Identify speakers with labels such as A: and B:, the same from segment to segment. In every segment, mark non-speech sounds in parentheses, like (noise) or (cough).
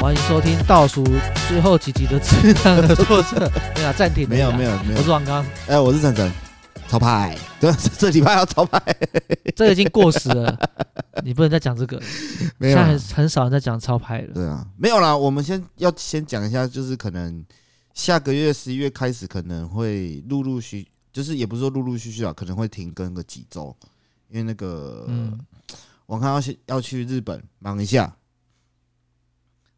A: 欢迎收听倒数最后几集的《智障的作者》。没有啊暂停了
B: 没有
A: 啦
B: 没有没
A: 我
B: 有
A: 是，王刚，
B: 哎，我是晨晨，超派， (laughs) 对，这礼拜要超派，
A: 这个已经过时了，你不能再讲这个了。
B: (laughs) 没
A: 现
B: 有啊
A: 在
B: 啦，
A: 很很少人在讲超拍了。
B: 对啊，没有啦，我们先要先讲一下，就是可能下个月十一月开始可能会陆陆续，就是也不是说陆陆续续啊，可能会停更个几周，因为那个，
A: 嗯，
B: 我看要去要去日本忙一下，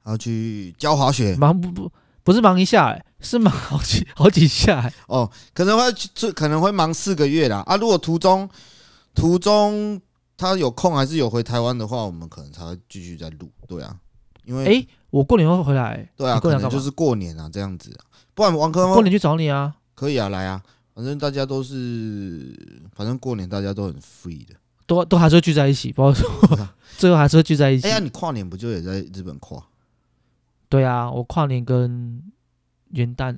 B: 还要去教滑雪，
A: 忙不不不是忙一下、欸，是忙好几好几下、欸。
B: 哦，可能会去最可能会忙四个月啦啊！如果途中途中他有空还是有回台湾的话，我们可能才会继续再录。对啊，因为、
A: 哎、我过年会回来、欸
B: 对啊，
A: 你过
B: 可
A: 年
B: 能
A: 干嘛？
B: 就是过年啊这样子啊、不然王科
A: 过年去找你啊。
B: 可以啊，来啊，反正大家都是，反正过年大家都很 free 的。
A: 都都还是会聚在一起，包括说 (laughs) 最后还是会聚在一起。
B: 哎呀，你跨年不就也在日本跨？
A: 对啊，我跨年跟元旦，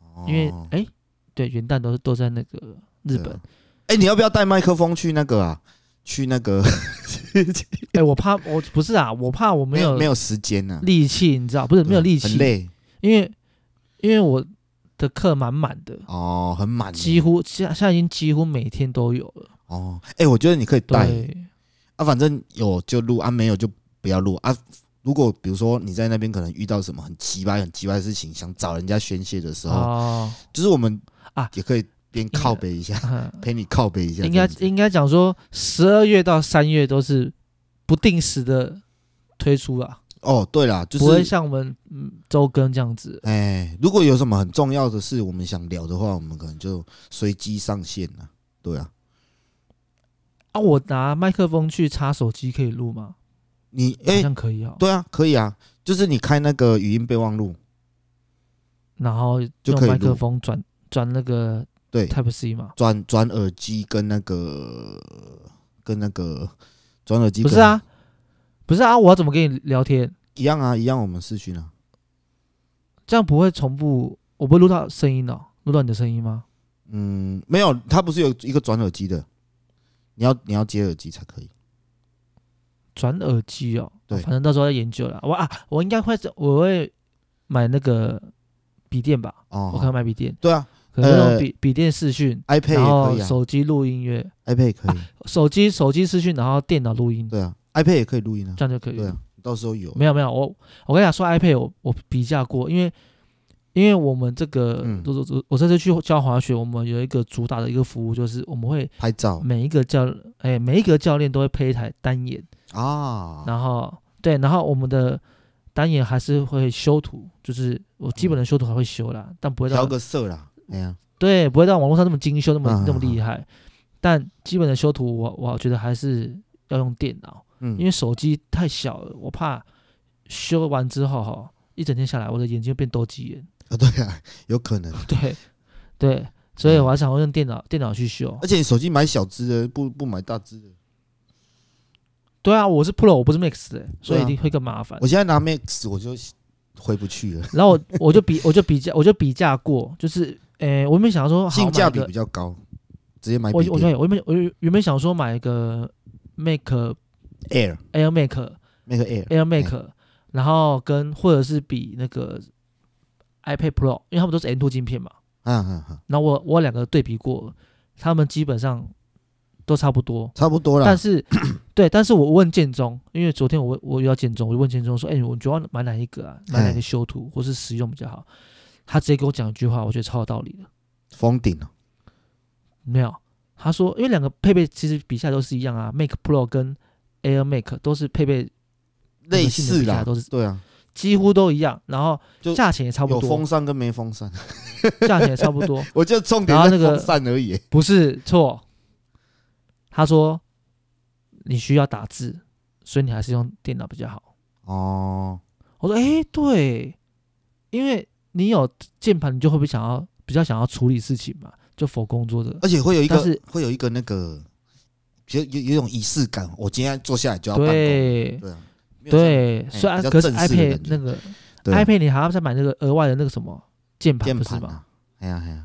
B: 哦
A: 因为哎、对，元旦都是都在那个日本
B: 对啊。哎、你要不要带麦克风去那个啊？去那个
A: 哎、我怕我不是啊，我怕我没
B: 没有 (laughs)
A: 有
B: 没有时间呐、啊，
A: 力气，你知道，不是没有力
B: 嗯很
A: 气，
B: 累
A: 因为因为我的课满满的，
B: 哦，很满欸
A: 几乎现在现在已经几乎每天都有了。
B: 哦。哎、我觉得你可以带。
A: 对，
B: 啊，反正有就录啊，没有就不要录啊。如果比如说你在那边可能遇到什么很奇葩、很奇葩的事情，想找人家宣泄的时候，
A: 哦，
B: 就是我们
A: 啊
B: 也可以边靠背一下， (laughs)
A: 嗯
B: 陪你靠背一下这
A: 应该
B: 样子。
A: 应该讲说，十二月到三月都是不定时的推出啊，
B: 哦，对啦，
A: 不会
B: 就是
A: 像我们嗯周更这样子。
B: 哎、如果有什么很重要的事我们想聊的话，我们可能就随机上线了。对啊，
A: 啊，我拿麦克风去插手机可以录吗？
B: 你
A: 好
B: 哎、
A: 像可以哦。
B: 对啊，可以啊，就是你开那个语音备忘录，
A: 然后
B: 就
A: 用
B: 可以
A: 麦克
B: 录
A: 风转转那个
B: 对，
A: Type C 嘛？
B: 转转耳机跟那个跟那个转耳机
A: 不是
B: 跟
A: 啊，不是啊，我要怎么跟你聊天？
B: 一样啊，一样，我们视讯啊。
A: 这样不会重复，我不会录到声音哦，录到你的声音吗？
B: 嗯，没有，它不是有一个转耳机的，你要你要接耳机才可以。
A: 转耳机哦，
B: 对
A: 反正到时候要研究了。我啊，我应该会是，我会买那个笔电吧，我可能
B: 哦，
A: 买笔电，
B: 对啊
A: 可能用
B: 呃
A: 笔笔电视讯，
B: ，iPad
A: 然后
B: 也可以
A: 手机录音乐，
B: 啊，iPad 也可以，
A: 手机手机视讯，然后电脑录音，
B: 对啊，iPad 也可以录音啊，
A: 这样就可以
B: 对
A: 了。
B: 啊，到时候有，
A: 没有没有，我我跟你讲说 iPad 我我比价过，因为因为我们这个
B: 嗯
A: 我我我这次去教滑雪，我们有一个主打的一个服务，就是我们会
B: 拍照
A: 每一个教哎、每一个教练都会配一台单眼，
B: 啊，
A: 然后对，然后我们的单眼还是会修图，就是我基本的修图还会修啦，但不会
B: 调
A: 到
B: 个色啦，哎呀，
A: 对不会到网络上那么精修那么、
B: 嗯嗯
A: 那么厉害，但基本的修图我我觉得还是要用电脑。
B: 嗯，
A: 因为手机太小了，我怕修完之后哈，一整天下来我的眼睛变斗鸡
B: (laughs)
A: 眼。
B: 啊，对啊，有可能，
A: 对，对，所以
B: 嗯
A: 我还想用电脑电脑去修
B: 而。且你手机买小只的，不不买大只的。
A: 对啊，我是 Pro，我不是 Max 的、所
B: 对
A: 以
B: 啊
A: 一定会更麻烦
B: 我。现在拿 Max 我就回不去了，
A: 然后我我就比我就比价我就比价过，就是诶、我原本想说好
B: 性价比
A: 买一
B: 比
A: 个
B: 较高，直接买
A: 我
B: 笔
A: 我
B: 电
A: 原本我原本想说买一个 Mac
B: Air
A: Air Mac
B: 那个 Air，
A: Air Mac，、然后跟或者是比那个 iPad Pro，因为他们都是 N2 晶片嘛。
B: 嗯嗯嗯，
A: 然后我我两个对比过，他们基本上都差不多。
B: 差不多啦
A: 但。是，对，但是我问建中，因为昨天我问我遇到建中，我就问建中说：“哎、我主要买哪一个啊？买哪个
B: 哎
A: 修图或是实用比较好？”他直接给我讲一句话，我觉得超有道理的。
B: 封顶了，
A: 没有，他说，因为两个配备其实比下都是一样啊，Mac Pro 跟 Air Mac 都是配备那
B: 类
A: 个性能
B: 似
A: 比
B: 啦
A: 价，都是
B: 对啊，
A: 几乎都一样，然后
B: 就
A: 价钱也差不
B: 有
A: 多
B: 风， (laughs) 扇跟没风扇，
A: (laughs) 价钱也差不多。
B: 我就重点
A: 然后
B: 在
A: 那个
B: 风扇而已。
A: 不是错。他说你需要打字，所以你还是用电脑比较好。
B: 哦，
A: 我说诶，对，因为你有键盘，你就会不会想要比较想要处理事情嘛，就否工作的。
B: 而且会有一
A: 但是
B: 个会有一个那个，有有有一种仪式感。我今天坐下来就要办公，
A: 对
B: 对啊，没有
A: 对，
B: 哎
A: 虽然
B: 比较
A: 可是
B: 正式的
A: iPad
B: 感觉
A: 那个
B: 对啊
A: iPad 你还要再买那个额外的那个什么键盘
B: 键
A: 不是
B: 盘
A: 吗？
B: 啊，哎呀哎呀，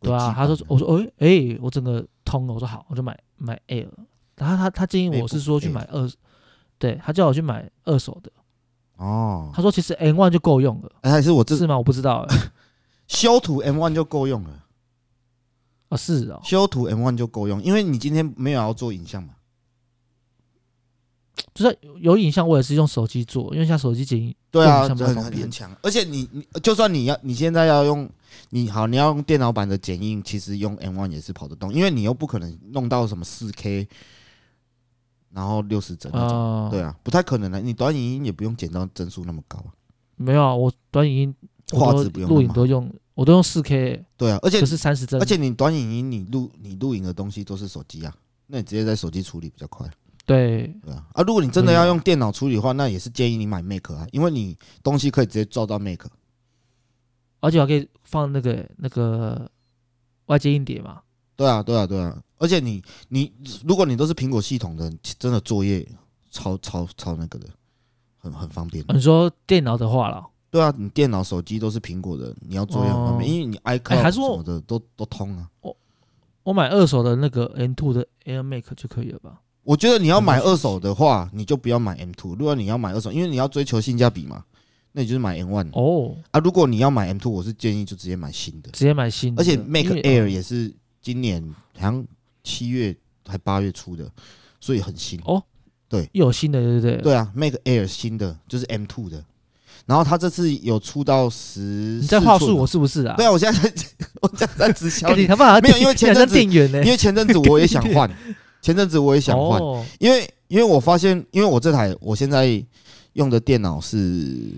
A: 对啊，他说
B: 笔记
A: 我
B: 本啊
A: 说诶诶，我整个通了，我说好，我就买买 Air。然后他他建议我是说去买二，对他叫我去买二手的。
B: 哦，
A: 他说其实 N One 就够用了，
B: 哎还是我这
A: 是吗？我不知
B: (laughs)
A: 道、欸，
B: 修图 M One 就够用了，
A: 哦是哦，
B: 修图 M One 就够用，因为你今天没有要做影像嘛。
A: 就是有影像我也是用手机做，因为像手机剪影
B: 对啊，
A: 做影像
B: 就
A: 比较
B: 很
A: 方
B: 很
A: 便
B: 很。强，而且你你就算你要你现在要用你好你要用电脑版的剪映，其实用 M One 也是跑得动，因为你又不可能弄到什么四 K，然后六十帧那种，
A: 哦，
B: 对啊，不太可能的。你短影音也不用剪到帧数那么高啊，
A: 没有啊，我短影音
B: 画
A: 我都
B: 质不用那
A: 录
B: 么
A: 影
B: 好
A: 都用，我都用四 K，
B: 对啊，而且
A: 可是三十帧
B: 而，且你短影音你录你录影的东西都是手机啊，那你直接在手机处理比较快，
A: 对，
B: 对啊。啊，如果你真的要用电脑处理的话，那也是建议你买 Mac 啊，因为你东西可以直接照到 Mac。啊
A: 而且我还可以放那个那个外接硬碟嘛，
B: 对啊，对啊，对啊。而且你你如果你都是苹果系统的，真的作业超超超那个的，很很方便。
A: 你说电脑的话了，
B: 对啊，你电脑、手机都是苹果的，你要作业很方便，
A: 哦
B: 因为你
A: 哎
B: iCloud
A: 还
B: 什
A: 是我
B: 么的都都通啊。
A: 我买二手的那个 N Two 的 Air Mac 就可以了吧？
B: 我觉得你要买二手的话，你就不要买 M two。如果你要买二手，因为你要追求性价比嘛，那你就是买 M one
A: 哦，
B: 啊。如果你要买 M two，我是建议就直接买新的。
A: 直接买新的，
B: 而且 Mac
A: 嗯因为哦
B: Air 也是今年好像七月还八月出的，所以很新。
A: 又有新的，对不对？，
B: 对啊，Mac Air 新的就是 M two 的，然后它这次有出到十，
A: 你在话术我？是不是啊？
B: 对啊，我现在在 (laughs) 我现在在直销
A: 哎，你
B: 你，
A: 他妈
B: 没有因为前阵
A: 两
B: 子
A: 个店员呢，
B: 因为前阵子我也想
A: (laughs)
B: 换，前阵子我也想换，
A: 哦
B: 因为因为我发现，因为我这台我现在用的电脑是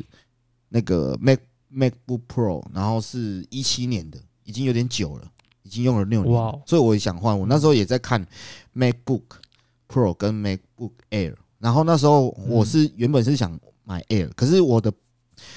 B: 那个 Mac MacBook Pro，然后是一七年的，已经有点久了，已经用了六年了
A: 哇哦
B: 所以我也想换。我那时候也在看 MacBook Pro 跟 MacBook Air，然后那时候
A: 嗯
B: 我是原本是想买 Air，可是我的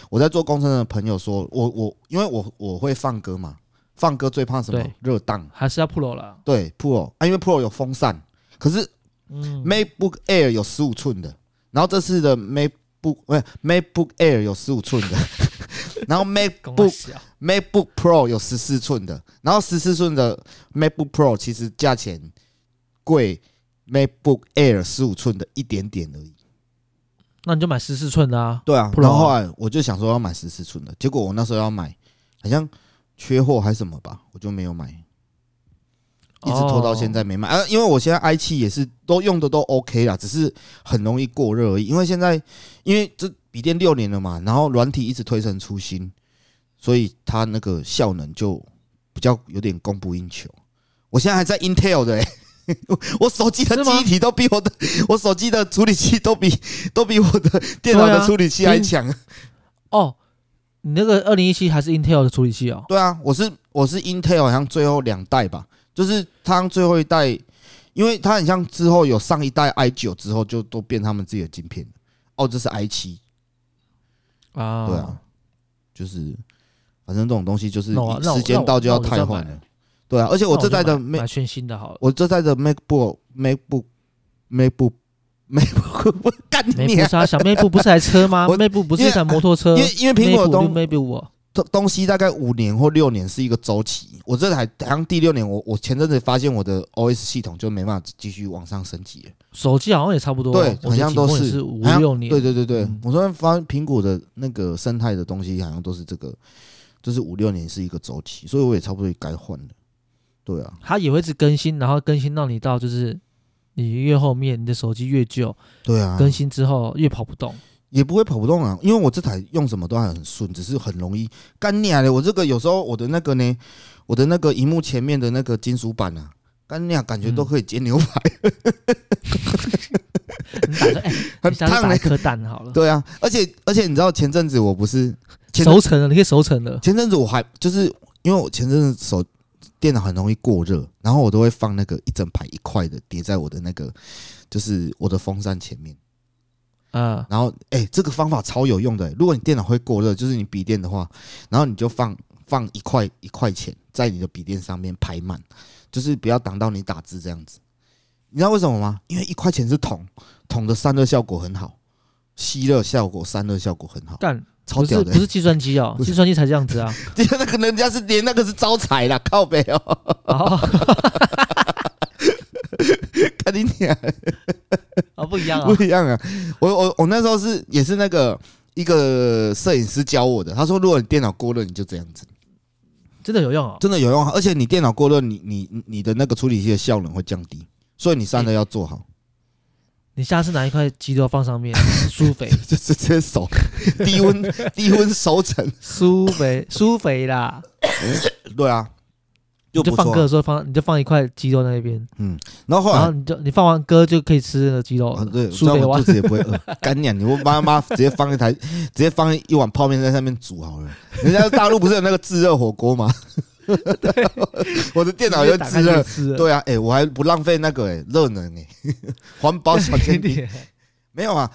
B: 我在做工程的朋友说，我我因为我我会放歌嘛，放歌最怕什么
A: 对
B: 热档，
A: 还是要 Pro 啦，
B: 对 Pro 啊，因为 Pro 有风扇，可是
A: 嗯，
B: MacBook Air 有十五寸的，然后这次的 MacBook 不是 MacBook Air 有十五寸的， (laughs) 然后
A: (laughs) 公关
B: MacBook
A: 小
B: MacBook Pro 有十四寸的，然后十四寸的 MacBook Pro 其实价钱贵 MacBook Air 十五寸的一点点而已。
A: 那你就买十四寸的啊，
B: 对啊，
A: Pro 啊
B: 然后后来我就想说要买十四寸的，结果我那时候要买，好像缺货还是什么吧，我就没有买。一直拖到现
A: 哦。
B: 在没买，啊，因为我现在 i 七也是都用的都 OK 啦，只是很容易过热而已。因为现在因为这笔电六年了嘛，然后软体一直推陈出新，所以它那个效能就比较有点供不应求。我现在还在 Intel 的、欸， (laughs) 我手机的
A: 是
B: 记
A: 吗
B: 忆体都比我的，我手机的处理器都比都比我的电脑
A: 对
B: 的
A: 啊
B: 处理器还强。
A: 哦，你那个二零一七还是 Intel 的处理器哦？
B: 对啊，我是我是 Intel 好像最后两代吧，就是它好像最后一代，因为它很像之后有上一代 i 九之后就都变他们自己的晶片了哦，这是 i 七，
A: 啊，
B: 对啊，就是反正这种东西就是
A: 那我那我
B: 时间到就要汰换
A: 那我就再
B: 了。对啊，而且
A: 那
B: 我这代的
A: 哦就买
B: Mac，
A: 买全新的好了，
B: 我这代的 MacBook MacBook MacBook MacBook，我 (laughs) 干 (laughs)
A: 内
B: 你
A: 部
B: 啊！
A: 啥？小内部不是台车
B: (laughs)
A: 吗？
B: 我
A: 内部不是
B: 因
A: 一
B: 为
A: 台摩托车
B: 因？为因为苹果
A: 内部
B: 东
A: 内部哦，
B: 东东西大概五年或六年是一个周期。我这台好像第六年，我我前阵子发现我的 OS 系统就没办法继续往上升级了。
A: 手机好像也差不多，
B: 对，
A: 啊我
B: 好像都
A: 是
B: 是
A: 五
B: 好像
A: 六年，
B: 对对对对
A: 嗯，
B: 我突然发现苹果的那个生态的东西好像都是这个，就是五六年是一个周期，所以我也差不多该换了。对啊，
A: 它也会一直更新，然后更新到你到就是你越后面你的手机越旧，
B: 对啊，
A: 更新之后越跑不
B: (laughs)
A: 动。
B: 也不会跑不动啊，因为我这台用什么都还很顺，只是很容易干你啊嘞！我这个有时候我的那个呢，我的那个荧幕前面的那个金属板啊，干你啊，感
A: 嗯
B: 觉都可以煎牛排。
A: 你打个哎，
B: 很
A: 你下次
B: 烫
A: 打
B: 嘞
A: 一颗蛋好了，
B: 对啊，而且而且你知道前阵子我不是前
A: 熟成了，你可以熟成了。
B: 前阵子我还就是因为我前阵子手电脑很容易过热，然后我都会放那个一整排一块的叠在我的那个就是我的风扇前面。
A: 嗯，
B: 然后哎、这个方法超有用的、欸如果你电脑会过热，就是你笔电的话，然后你就放放一块一块钱在你的笔电上面排满，就是不要挡到你打字这样子。你知道为什么吗？因为一块钱是桶，桶的散热效果很好，吸热效果、散热效果很好，
A: 干
B: 超
A: 不
B: 屌
A: 是
B: 的、欸
A: 不是计算机哦，
B: 不是
A: 计算机才这样子
B: (laughs)
A: 啊。
B: 那个人家是连那个是招财啦， (laughs) 靠北哦、
A: 哦， (laughs)
B: 看你俩
A: 哦不一样啊
B: 不。一样啊！我我我那时候是也是那个一一个摄影师教我的，他说如果你电脑过热，你就这样子，
A: 真的有用哦。
B: 真的有用啊。而且你电脑过热，你你你的那个处理器的效能会降低，所以你散热要做好。
A: 你下次拿一块鸡肉放上面，苏肥
B: (laughs) 这这这手 (laughs) 低温低温熟成，
A: 苏肥苏肥啦，
B: (laughs) 对啊，
A: 你
B: 就
A: 就
B: 不
A: 放歌
B: 错
A: 的
B: 啊。
A: 时候放，你就放一块鸡肉在那边，
B: 然后后
A: 然后
B: 来。
A: 你就你放完歌就可以吃那个鸡肉
B: 啊，对，，这
A: 苏肥
B: 样我
A: 完
B: 肚子也不会饿。干娘，你我妈妈直接放一台，直接放一碗泡面在上面煮好了。人家大陆不是有那个自热火锅吗？ (laughs) 我的电脑有
A: 打
B: 自
A: 开就
B: 热，
A: 吃了，
B: 对啊，哎、我还不浪费那个哎热、能哎、环保小天
A: (laughs)
B: 地没有啊。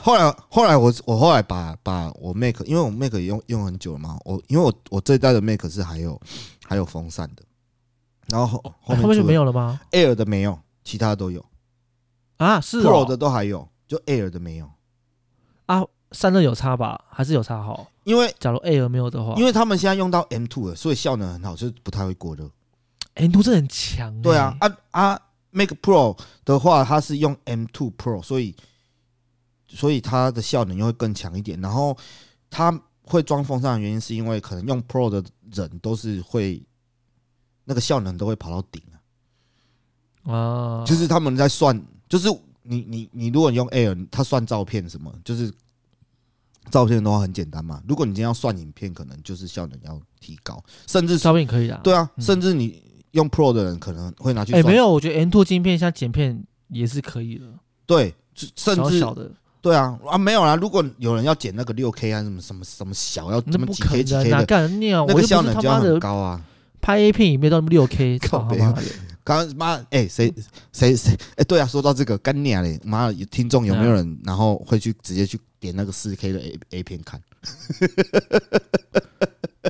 B: 后来后来我我后来把把我 Mac，因为我 Mac 也用用很久了嘛，我因为我我这一代的 Mac 是还有还有风扇的，然后后后面
A: 后面哦就没
B: 有
A: 有了吗？
B: Air 的没有，其他的都有、
A: 啊，是
B: Pro
A: 哦
B: 的都还有，就 Air 的没有，
A: 啊，散热有差吧？还是有差好？
B: 因为
A: 假如 Air 没有的话，
B: 因为他们现在用到 M two 了，所以效能很好，就是不太会过热。
A: 哎，你都是很强欸，
B: 对啊，啊啊，Mac Pro 的话，它是用 M2 Pro，所以所以它的效能又会更强一点。然后它会装风扇的原因，是因为可能用 Pro 的人都是会那个效能都会跑到顶啊，
A: 啊，
B: 就是他们在算，就是你你你，如果你用 Air，它算照片什么，就是。照片的话很简单嘛，如果你今天要算影片，可能就是效能要提高，甚至
A: 照片可以啦。
B: 对啊，
A: 嗯
B: 甚至你用 Pro 的人可能会拿去
A: 哎，
B: 算
A: 没有，我觉得 N two 镜片像剪片也是可以的，
B: 对，就甚
A: 小
B: 至
A: 小的，
B: 对啊啊没有啦，如果有人要剪那个六 K 啊什么什么什么小要
A: 那
B: 什么
A: 不
B: 几
A: 可
B: K 几
A: 能
B: K
A: 啊！
B: 的，
A: 干你啊！我
B: 那
A: 又不
B: 个
A: 是
B: 效能
A: 他
B: 就要
A: 妈
B: 很
A: 的
B: 高啊。
A: 拍 A 片影片到六 K，
B: (laughs) 靠
A: 操他
B: 北啊
A: 妈的！
B: 刚刚妈哎谁谁谁哎对啊，说到这个干你啊嘞，妈的听众有没有
A: 嗯
B: 人然后会去直接去点那个四 K 的 A A 片看？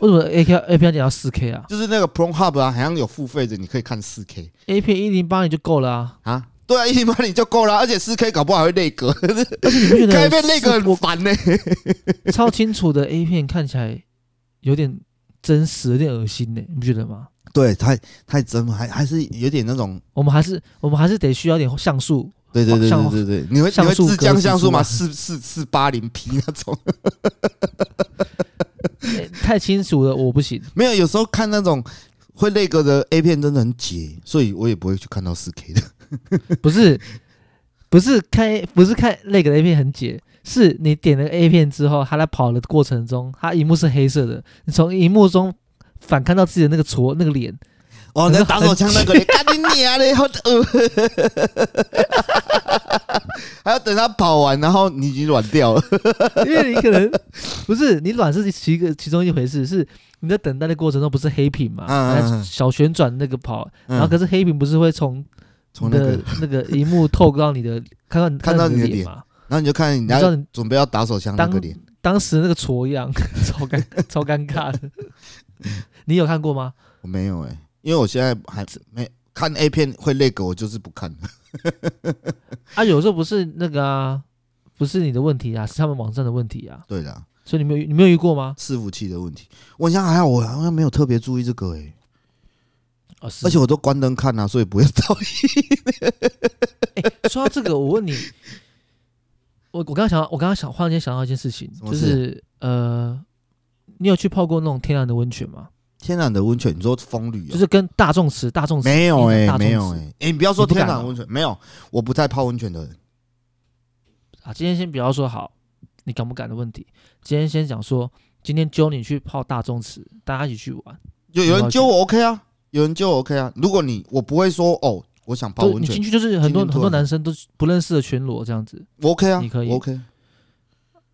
A: 为什么 A K A 片要四 K 啊
B: 就是那个 p r o n Hub 啊，好像有付费的，你可以看四 K
A: ？A 片一零八零就够
B: (laughs)
A: 了啊！
B: 啊。对啊，一零八零就够了，而且四 K 搞不好还会内格，
A: 而且你不
B: (laughs)
A: 觉
B: 开
A: 得
B: 片内格很烦呢、
A: 超清楚的 A 片看起来有点真实，有点恶心呢、你不觉得吗？
B: 对，太太真了，还还是有点那种
A: 我们还是我们还是得需要点像素，
B: 对对对
A: 像
B: 对对对，你会你
A: 像
B: 会
A: 素
B: 自
A: 格
B: 降
A: 子
B: 像素
A: 数
B: 吗？
A: 啊
B: 四四四八零 P 那种， (laughs)
A: 欸 (laughs) 太清楚了我不行。
B: 没有，有时候看那种会那个的 A 片真的很解，所以我也不会去看到四 K 的。 (laughs)
A: 不是不是看不是看那个 A 片很解，是你点了 A 片之后，它在跑的过程中，它荧幕是黑色的，你从荧幕中反看到自己的那个戳那个脸，
B: 哦，
A: 可是
B: 那打手枪那个，你看你娘嘞，好恶！ (laughs) 还要等他跑完，然后你已经软掉了。
A: 因为你可能不是你卵是其一个其中一回事，是你在等待的过程中不是黑屏嘛，
B: 嗯嗯嗯
A: 来小旋转那个跑，
B: 嗯
A: 然后可是黑屏不是会从
B: 从
A: 你
B: 那个
A: 的，那个荧幕透到你的，看到你
B: 看到
A: 你
B: 你的
A: 脸
B: 脸
A: 嘛，
B: 然后你就看人
A: 你知道
B: 家
A: 你
B: 准备要打手枪那
A: 当
B: 个脸，
A: 当时那个挫样， (laughs) 超尴超尴尬的。你有看过吗？
B: 我没有哎、因为我现在还没看 A 片会那个，我就是不看。
A: 啊，有时候不是那个啊，不是你的问题啊，是他们网站的问题啊。
B: 对啦，
A: 所以你没有你没有遇过吗？
B: 伺服器的问题，我好像还好，我好像没有特别注意这个哎、
A: 啊，是
B: 而且我都关灯看啊，所以不会噪音。
A: 说到这个，我问你，我我刚刚想到，我刚刚想忽然间想到一件事情，
B: 什么
A: 就
B: 事
A: 是呃，你有去泡过那种天然的温泉吗？
B: 天然的温泉，你说风旅、啊？
A: 就是跟大众池、大众池
B: 没有哎、
A: 大众
B: 没有哎、
A: 池
B: 哎、你不要说
A: 你不
B: 天
A: 敢
B: 然温泉，没有，我不太泡温泉的人。
A: 啊，今天先不要说好，你敢不敢的问题，今天先讲说，今天揪你去泡大众池，大家一起去玩，
B: 有有
A: 我
B: 人
A: 了解
B: 揪我 OK 啊，有人揪我 OK 啊。如果你我不会说哦，我想泡
A: 都
B: 温
A: 你进
B: 泉，
A: 去就是很多
B: 今天突然
A: 很多男生都是不认识的全裸这样子
B: 我 OK 啊，
A: 你可以
B: 我 OK。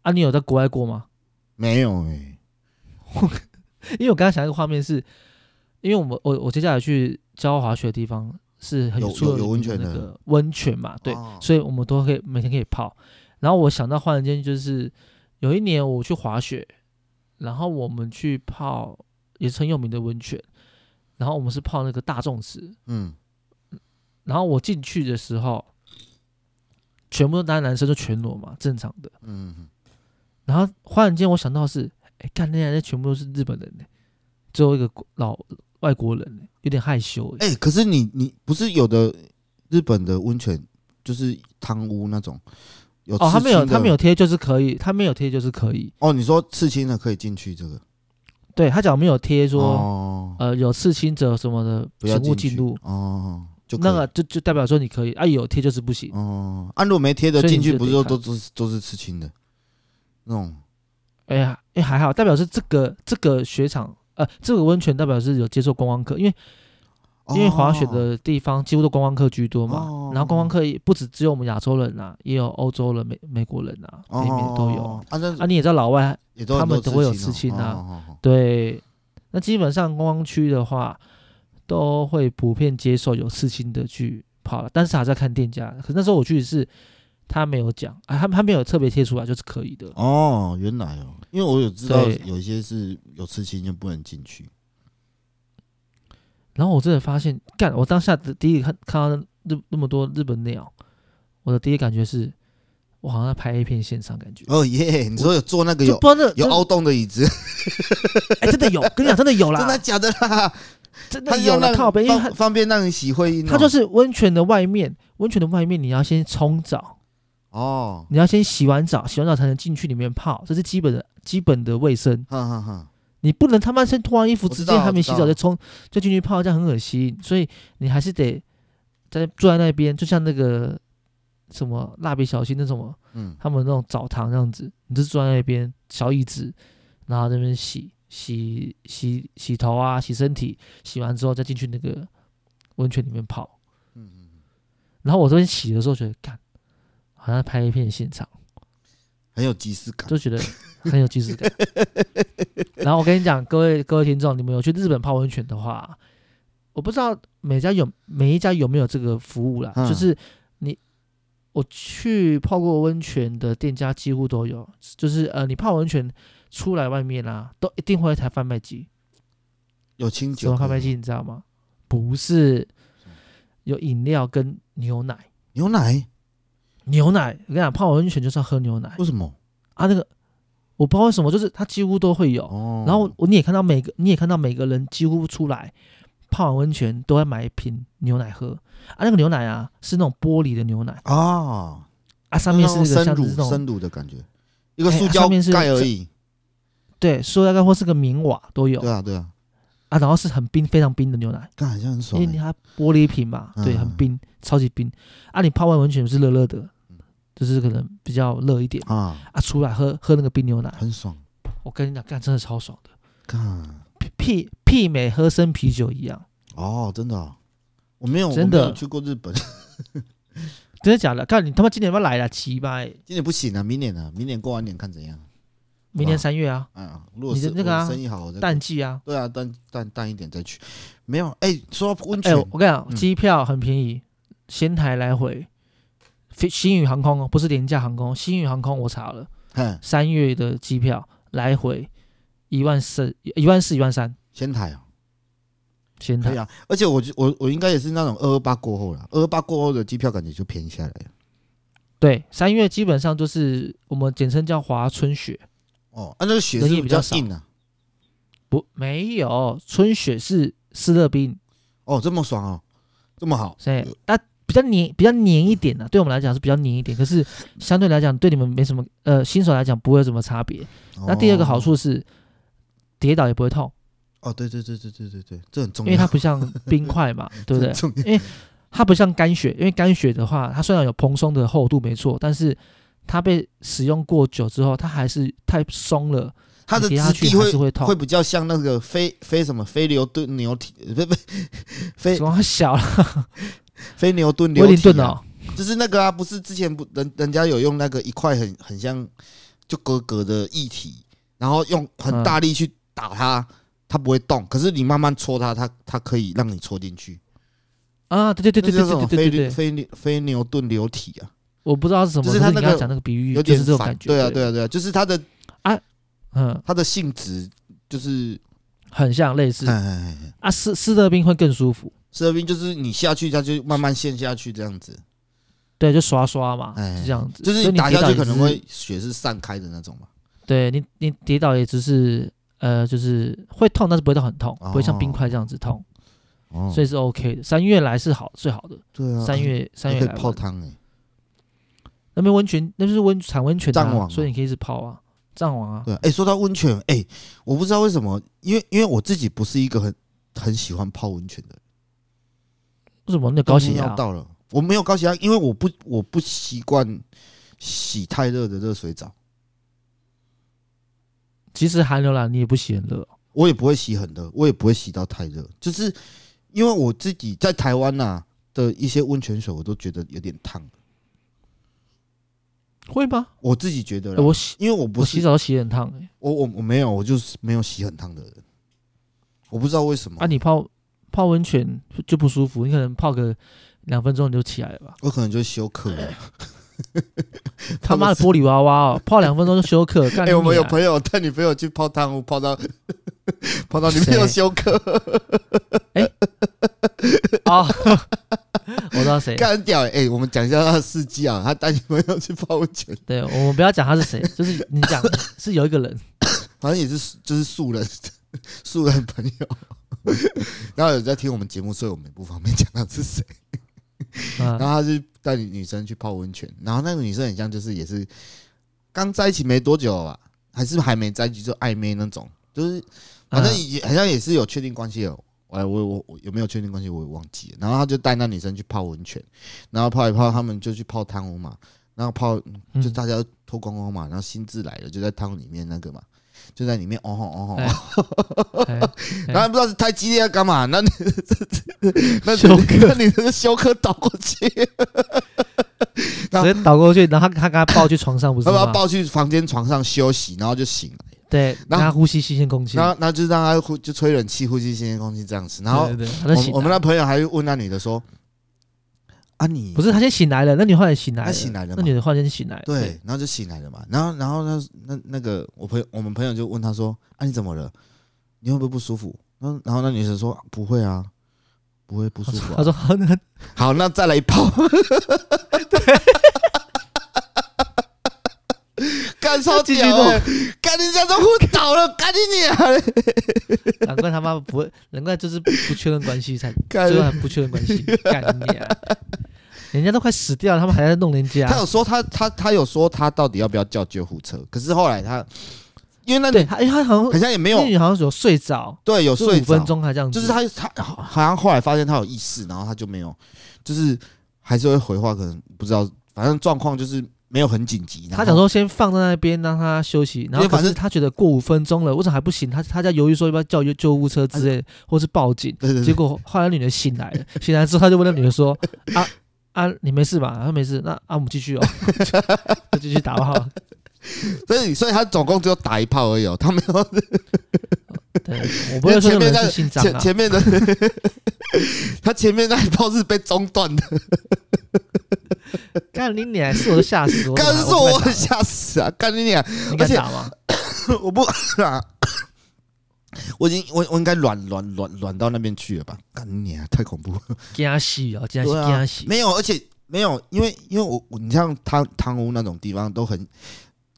A: 啊，你有在国外过吗？
B: 没有哎、
A: 因为我刚刚想一个画面是，因为我们我我接下来去教滑雪的地方是很
B: 有
A: 出了
B: 有有温
A: 名的
B: 泉
A: 那
B: 的
A: 个温泉嘛，对，
B: 哦
A: 所以我们都可以每天可以泡。然后我想到忽然间就是有一年我去滑雪，然后我们去泡也是很有名的温泉，然后我们是泡那个大众池，
B: 嗯，
A: 然后我进去的时候，全部都男男生就全裸嘛，正常的。
B: 嗯，
A: 然后忽然间我想到的是，哎，干那那全部都是日本人呢、最后一个国老外国人、欸，有点害羞、欸。
B: 哎、可是你你不是有的日本的温泉就是汤屋那种，有
A: 哦，他没
B: 刺
A: 有，
B: 青的
A: 他没有贴就是可以，他没有贴就是可以。
B: 哦，你说刺青的可以进去这个？
A: 对他只要没有贴说、
B: 哦，
A: 呃有刺青者什么的，
B: 不要
A: 请勿
B: 进
A: 进
B: 去
A: 入，
B: 哦，就可以
A: 那个就就代表说你可以啊，有贴就是不行。
B: 哦，按、啊、如果没贴的
A: 所以
B: 进
A: 你
B: 去，
A: 就
B: 不是
A: 得
B: 都
A: 看
B: 都是都是刺青的那种
A: 哎呀，哎还好，代表是这个这个雪场呃这个温泉代表是有接受观光客，因为因为滑雪
B: 哦
A: 的地方几乎都观光客居多嘛，
B: 哦
A: 然后观光客也不止只有我们亚洲人啊，也有欧洲人、美美国人啊，
B: 哦
A: 北美都有。
B: 哦啊，那
A: 啊，你也知道老外
B: 也都
A: 他
B: 很多
A: 们都会有
B: 刺
A: 刺青啊
B: 哦哦哦哦
A: 对，那基本上观光区的话，都会普遍接受有刺青的去跑了，但是还是要看店家。可是那时候我去是，他没有讲，啊，他他没有特别贴出来，就是可以的。
B: 哦，原来哦，因为我有知道
A: 对
B: 有一些是有刺青就不能进去。
A: 然后我真的发现，干，我当下的第一个看看到那日那么多日本鸟，我的第一感觉是，我好像在拍 A 片现场感觉。
B: 哦耶，你说有坐那个
A: 就
B: 有
A: 不知道那
B: 有
A: 真
B: 凹洞的椅子，
A: 哎、真的有，跟
B: (laughs)
A: 你讲，真的有啦，
B: 真的假的啦？
A: 真
B: 他
A: 的
B: 是
A: 有
B: 要
A: 啦，
B: 让
A: 靠背，因为它
B: 方方便让人洗会阴哦，
A: 它就是温泉的外面，温泉的外面你要先冲澡，
B: 哦，
A: 你要先洗完澡，洗完澡才能进去里面泡，这是基本的基本的卫生。
B: 哈哈哈，
A: 你不能他妈先脱完衣服
B: 我知
A: 直
B: 道
A: 接还没洗
B: 我
A: 澡
B: 知道
A: 就冲就进去泡，这样很恶心，所以你还是得在坐在那边，就像那个什么蜡笔小新那什么
B: 嗯，
A: 他们那种澡堂这样子，你就坐在那边小椅子，然后在那边洗洗洗洗头啊，洗身体，洗完之后再进去那个温泉里面泡。
B: 嗯嗯
A: 然后我这边洗的时候觉得，干，好像拍一片现场，
B: 很有即视感。
A: 就觉得很有即视感。 (laughs) 然后我跟你讲，各位各位听众，你们有去日本泡温泉的话，我不知道每家有每一家有没有这个服务啦，
B: 嗯
A: 就是你我去泡过温泉的店家几乎都有，就是呃，你泡温泉出来外面啊，都一定会有一台贩卖机，
B: 有清
A: 什
B: 酒
A: 么
B: 可以吗，
A: 贩卖机你知道吗？不是，有饮料跟牛奶，
B: 牛奶？
A: 牛奶我跟你讲，泡温泉就是要喝牛奶。
B: 为什么？
A: 啊，那个我不知道为什么，就是它几乎都会有。
B: 哦，
A: 然后我你也看到每个你也看到每个人几乎出来泡完温泉都会买一瓶牛奶喝啊，那个牛奶啊是那种玻璃的牛奶
B: 啊，
A: 啊，上面是那个
B: 生
A: 像
B: 乳
A: 是那种
B: 生乳的感觉，一个
A: 哎
B: 塑
A: 啊
B: 胶
A: 上面是
B: 盖而已。
A: 对塑料盖或是个明瓦都有
B: 对啊，对啊，
A: 啊，然后是很冰非常冰的牛奶，
B: 看好像很
A: 因
B: 爽
A: 为
B: 欸。
A: 它玻璃瓶嘛，对，很
B: 嗯
A: 冰，超级冰啊，你泡完温泉是热热的，就是可能比较热一点
B: 啊，
A: 啊，出来喝喝那个冰牛奶，
B: 很爽。
A: 我跟你讲，干真的超爽的，
B: 看
A: 媲媲美喝生啤酒一样。
B: 哦，真的哦，我没有，
A: 真
B: 我没有
A: 的
B: 去过日本， (laughs)
A: 真的假的？看你他妈今年要不要来了，啊奇欸吧、
B: 今年不行啊，明年啊，明年过完年看怎样。
A: 明
B: 哇
A: 年三月啊，
B: 嗯，如果
A: 你的
B: 是
A: 那个
B: 我
A: 啊
B: 生意好，我再
A: 淡季啊。
B: 对啊，淡淡淡一点再去。没有，哎，说到温
A: 哎、
B: 泉，
A: 我跟你讲，
B: 嗯
A: 机票很便宜，仙台来回，飞星宇航空哦，不是廉价航空，星宇航空我查了，
B: 看
A: 三月的机票来回一万四、一万四、一万三，
B: 仙台哦，
A: 仙
B: 可
A: 台
B: 以。啊。而且我就我我应该也是那种二二八过后了，二二八过后的机票感觉就便宜下来了。
A: 对，三月基本上就是我们简称叫华春雪，
B: 哦，啊，那个雪是不
A: 人
B: 是
A: 也
B: 比
A: 比
B: 较
A: 较少
B: 硬啊。
A: 不没有春雪是斯乐冰，
B: 哦，这么爽哦，这么好。
A: 所以它比较黏，比较黏一点啊，对我们来讲是比较黏一点，可是相对来讲对你们没什么，呃，新手来讲不会有什么差别。那第二个好
B: 哦，
A: 处是，跌倒也不会痛，
B: 哦，对对对对对对对，这很重
A: 因
B: 要， (laughs)
A: 为它不像冰块嘛，对不对
B: 很？重要
A: 它不像干雪，因为干雪的话，它虽然有蓬松的厚度没错，但是它被使用过久之后，它还是太松了，
B: 它的
A: 你跌下
B: 质
A: 去
B: 地
A: 还
B: 会
A: 是会痛
B: 会。比较像那个飞飞什么飞牛顿牛体，呃不不飞
A: 什么小了，
B: (laughs) 飞牛顿
A: 威
B: 牛
A: 灵
B: 体
A: 顿
B: 啊，
A: 哦，
B: 就是那个啊，不是之前不人人家有用那个一块很很像就格格的液体，然后用
A: 嗯
B: 很大力去打它，它不会动，可是你慢慢戳它，它它可以让你戳进去，
A: 啊，对对对对
B: 那叫什么
A: 对对对
B: 飞
A: 对对，
B: 飞牛飞牛顿流体啊，
A: 我不知道是什么，
B: 就
A: 可
B: 是
A: 是
B: 它
A: 你
B: 那个
A: 刚刚讲那个比喻，
B: 有
A: 嗯就
B: 点
A: 是这种
B: 反
A: 感觉。
B: 对啊对啊对啊，就是它的
A: 嗯，
B: 它的性质就是，
A: 很像类似
B: 哎哎哎哎
A: 啊，斯斯乐冰会更舒服，
B: 射冰就是你下去，它就慢慢陷下去这样子，
A: 对，就刷刷嘛，
B: 哎
A: 是这样子。
B: 就是
A: 所以
B: 你打
A: 跌
B: 下
A: 倒
B: 去
A: 也
B: 可能
A: 只是
B: 会血是散开的那种嘛。
A: 对你，你跌倒也只是呃，就是会痛，但是不会到很痛，不会像冰块这样子痛，
B: 哦
A: 所以是 OK 的。三月来是好最好的，
B: 对啊，
A: 三月三
B: 还可
A: 月
B: 以
A: 来
B: 泡
A: 玩，
B: 汤哎，
A: 那边温泉那就是温产温泉的啊、
B: 藏王啊
A: 所以你可以一直泡啊，藏王啊，
B: 对啊，哎、说到温泉，哎、我不知道为什么，因为因为我自己不是一个很很喜欢泡温泉的人，
A: 为什么那高血
B: 冬天
A: 压啊
B: 要到了，我没有高血压，因为我不我不习惯洗太热的热水澡，
A: 其实寒流啦，你也不喜欢热，
B: 我也不会洗很热，我也不会洗到太热，就是因为我自己在台湾呐、的一些温泉水，我都觉得有点烫，
A: 会吗？
B: 我自己觉得
A: 哎
B: 啦，
A: 我洗
B: 因为啊我不
A: 我洗
B: 是
A: 澡都洗得很烫哎、
B: 我我我没有，我就是没有洗很烫的人，我不知道为什么，
A: 啊，你泡泡温泉就不舒服，你可能泡个两分钟你就起来了
B: (laughs)
A: 吧。
B: 我可能就是休克了。
A: 他妈的玻璃娃娃哦，泡两分钟就休
B: (laughs)
A: 克，
B: 哎、
A: 干你
B: 我们有
A: 啊
B: 朋友带女朋友去泡汤屋，泡到泡到女朋友
A: 谁
B: 休克，
A: 哦， (laughs) 我知道谁，
B: 干很屌哎、欸我们讲一下他的事迹啊，他带女朋友去泡温泉，
A: 对我们不要讲他是
B: (laughs)
A: 谁，就是你讲是有一个人，
B: 好像也是就是素人 (laughs) 素人朋友， (laughs) 然后有在听我们节目，所以我们也不方便讲他是谁。
A: 啊，
B: 然后他就带女女生去泡温泉，然后那个女生很像就是也是刚在一起没多久吧，还是还没在一起就暧昧那种，就是反正
A: 嗯
B: 也好像也是有确定关系了。哎，我我我有没有确定关系我也忘记了。然后他就带那女生去泡温泉，然后泡一泡，他们就去泡汤屋嘛，然后泡
A: 嗯
B: 就大家都脱光光嘛，然后兴致来了就在汤里面那个嘛，就在里面哦吼哦吼，
A: 哎哎
B: (laughs) 然后不知道是太激烈要干嘛，那 (laughs) 那那
A: 休克
B: 那女的就休克倒过去，然后
A: 直接倒过去，然后他他跟他抱去床上不是
B: 他把
A: 吗
B: 他？抱去房间床上休息，然后就醒了，
A: 对，
B: 然后
A: 让他呼吸新鲜空气，
B: 然后然后就让他呼就吹冷气，呼吸新鲜空气这样子。然后
A: 对对对他
B: 我
A: 就
B: 们
A: 醒
B: 我们
A: 来
B: 那朋友还问那女的说：“啊你，
A: 不是他先醒来了，那女的后来醒来
B: 她
A: 了，
B: 醒来了
A: 那
B: 嘛
A: 女的忽然间醒来了，
B: 对，然后就醒来了嘛。然后然后那那那个我朋友我们朋友就问他说：啊你怎么了？你会不会不舒服？然后然后那女生说：不会啊，不会不舒服、啊
A: 他。说 (laughs) 好，那
B: 好，那再来一
A: (laughs)
B: 炮。干超
A: 继续
B: 屌
A: 录
B: 欸！干人家都昏倒了，赶紧你啊！
A: 难怪他妈不会，难怪就是不确认
B: (laughs)
A: 关系才，
B: 干
A: 最后还不确认
B: (laughs)
A: 关系，干你啊！人家都快死掉了，他们还在弄人家
B: 他。有说他他他有说他到底要不要叫救护车，可是后来他因为那
A: 对，
B: 女
A: 他因为他好像
B: 好像也没有
A: 那女好像有睡着，
B: 对有
A: 就
B: 睡
A: 五分
B: 着，
A: 钟还这样子，
B: 就是他他好好像后来发现他有意识，然后他就没有，就是还是会回话，可能不知道，反正状况就是没有很紧急。然后
A: 他想说先放在那边让他休息，然后
B: 因为反
A: 可
B: 正
A: 是他觉得过五分钟了，为什么还不醒？他他在犹豫说要不要叫救救护车之类，或是报警。
B: 对对
A: 结
B: 对，
A: 果后来那女的醒来了，醒来之后他就问那女
B: (laughs)
A: 的说：“啊啊，你没事吧？”她说：“没事。”那啊，我们继续哦， (laughs) 就继续打炮。
B: 所以所以他总共只有打一炮而已、哦，他没有
A: 对，我不会说
B: 因为前
A: 那
B: 面
A: 个
B: 那
A: 人是姓张
B: 前
A: 啊，
B: 前面的， (laughs) 他前面那一炮是被中断的，
A: 干你脸是我都吓死我了，
B: 刚是
A: 我
B: 我
A: 不敢打
B: 吓死啊！干你俩，
A: 了你
B: 而
A: 敢
B: 且
A: 打吗？
B: 我 (laughs) 不啊，我已经我我应该软软软软到那边去了吧？干你俩，太恐怖了！
A: 惊死哦，真
B: 对
A: 的是
B: 啊
A: 惊死。
B: 没有，而且没有，因为因为我我你像汤汤屋那种地方都很，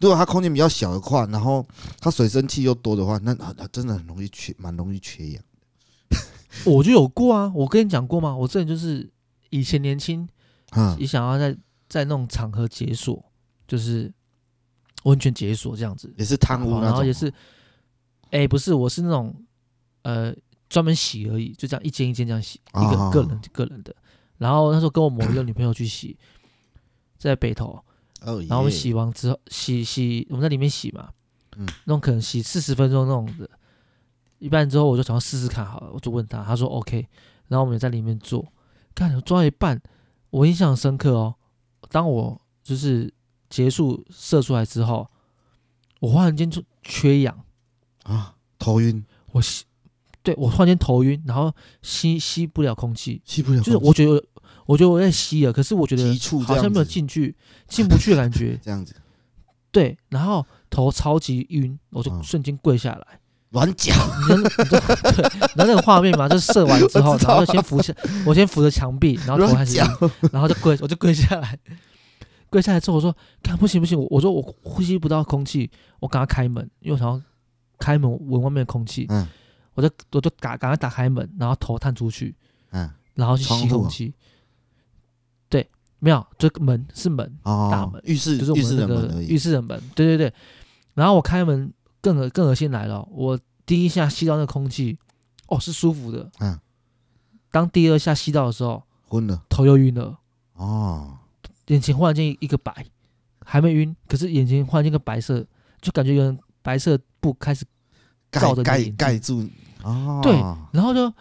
B: 如果它空间比较小的话，然后它水蒸气又多的话，那那真的很容易缺，蛮容易缺氧。
A: 我就有过啊，我跟你讲过吗？我之前就是以前年轻
B: 啊、
A: 也想要在在那种场合解锁，就是温泉解锁这样子。哦
B: 也是汤屋那
A: 然后
B: 种，
A: 也是，哎、不是，我是那种呃专门洗而已，就这样一间一间这样洗，一
B: 哦
A: 个个人个人的。然后那时候跟我某一个女朋友去洗，在北投，
B: 哦，
A: 然后我们
B: 耶
A: 洗完之后洗洗，我们在里面洗嘛，
B: 嗯
A: 那种可能洗四十分钟那种的。一半之后我就想要试试看好了，我就问他，他说 OK，然后我们也在里面做，看我做到一半，我印象很深刻哦。当我就是结束射出来之后，我忽然间就缺氧，
B: 啊，头晕，
A: 我吸，对我突然间头晕，然后吸吸不了
B: (laughs)
A: 空气，
B: 吸不了空气，
A: 就是我觉得我觉得我在吸了，可是我觉得
B: 急促这
A: 好像
B: 样
A: 没有
B: 子，
A: 进去，进不去的感觉，
B: (laughs) 这样子
A: 对，然后头超级晕，我就
B: 嗯
A: 瞬间跪下来。
B: 软脚，
A: 你能，你知道 (laughs) 对，然后那个画面嘛，就是射完之后，
B: 我知
A: 然
B: 道
A: 后就先扶起，我先扶着墙壁，然后头
B: 软
A: 还是
B: 脚，
A: 然后就跪，我就跪下来，跪下来之后我说，看不行不行，我我说我呼吸不到空气，我赶快开门，因为我想要开门闻外面的空气，
B: 嗯
A: 我就我就赶赶快打开门，然后头探出去，
B: 嗯，
A: 然后去
B: 窗
A: 吸
B: 户
A: 空
B: 啊
A: 气，对，没有，就门是门，
B: 哦，
A: 大门
B: 浴室
A: 就是我
B: 浴
A: 们
B: 室
A: 那
B: 的门
A: 个
B: 而
A: 浴
B: 已，
A: 室的门，对对对。然后我开门，更恶更恶心来了，我第一下吸到那空气，哦，是舒服的。
B: 嗯。
A: 当第二下吸到的时候，
B: 昏了
A: 头又晕了，
B: 哦，
A: 眼前忽然间一个白，还没晕，可是眼前忽然间一个白色，就感觉有人白色布开始，
B: 盖
A: 照着你的
B: 盖
A: 眼睛嗯
B: 盖住哦，
A: 对然后就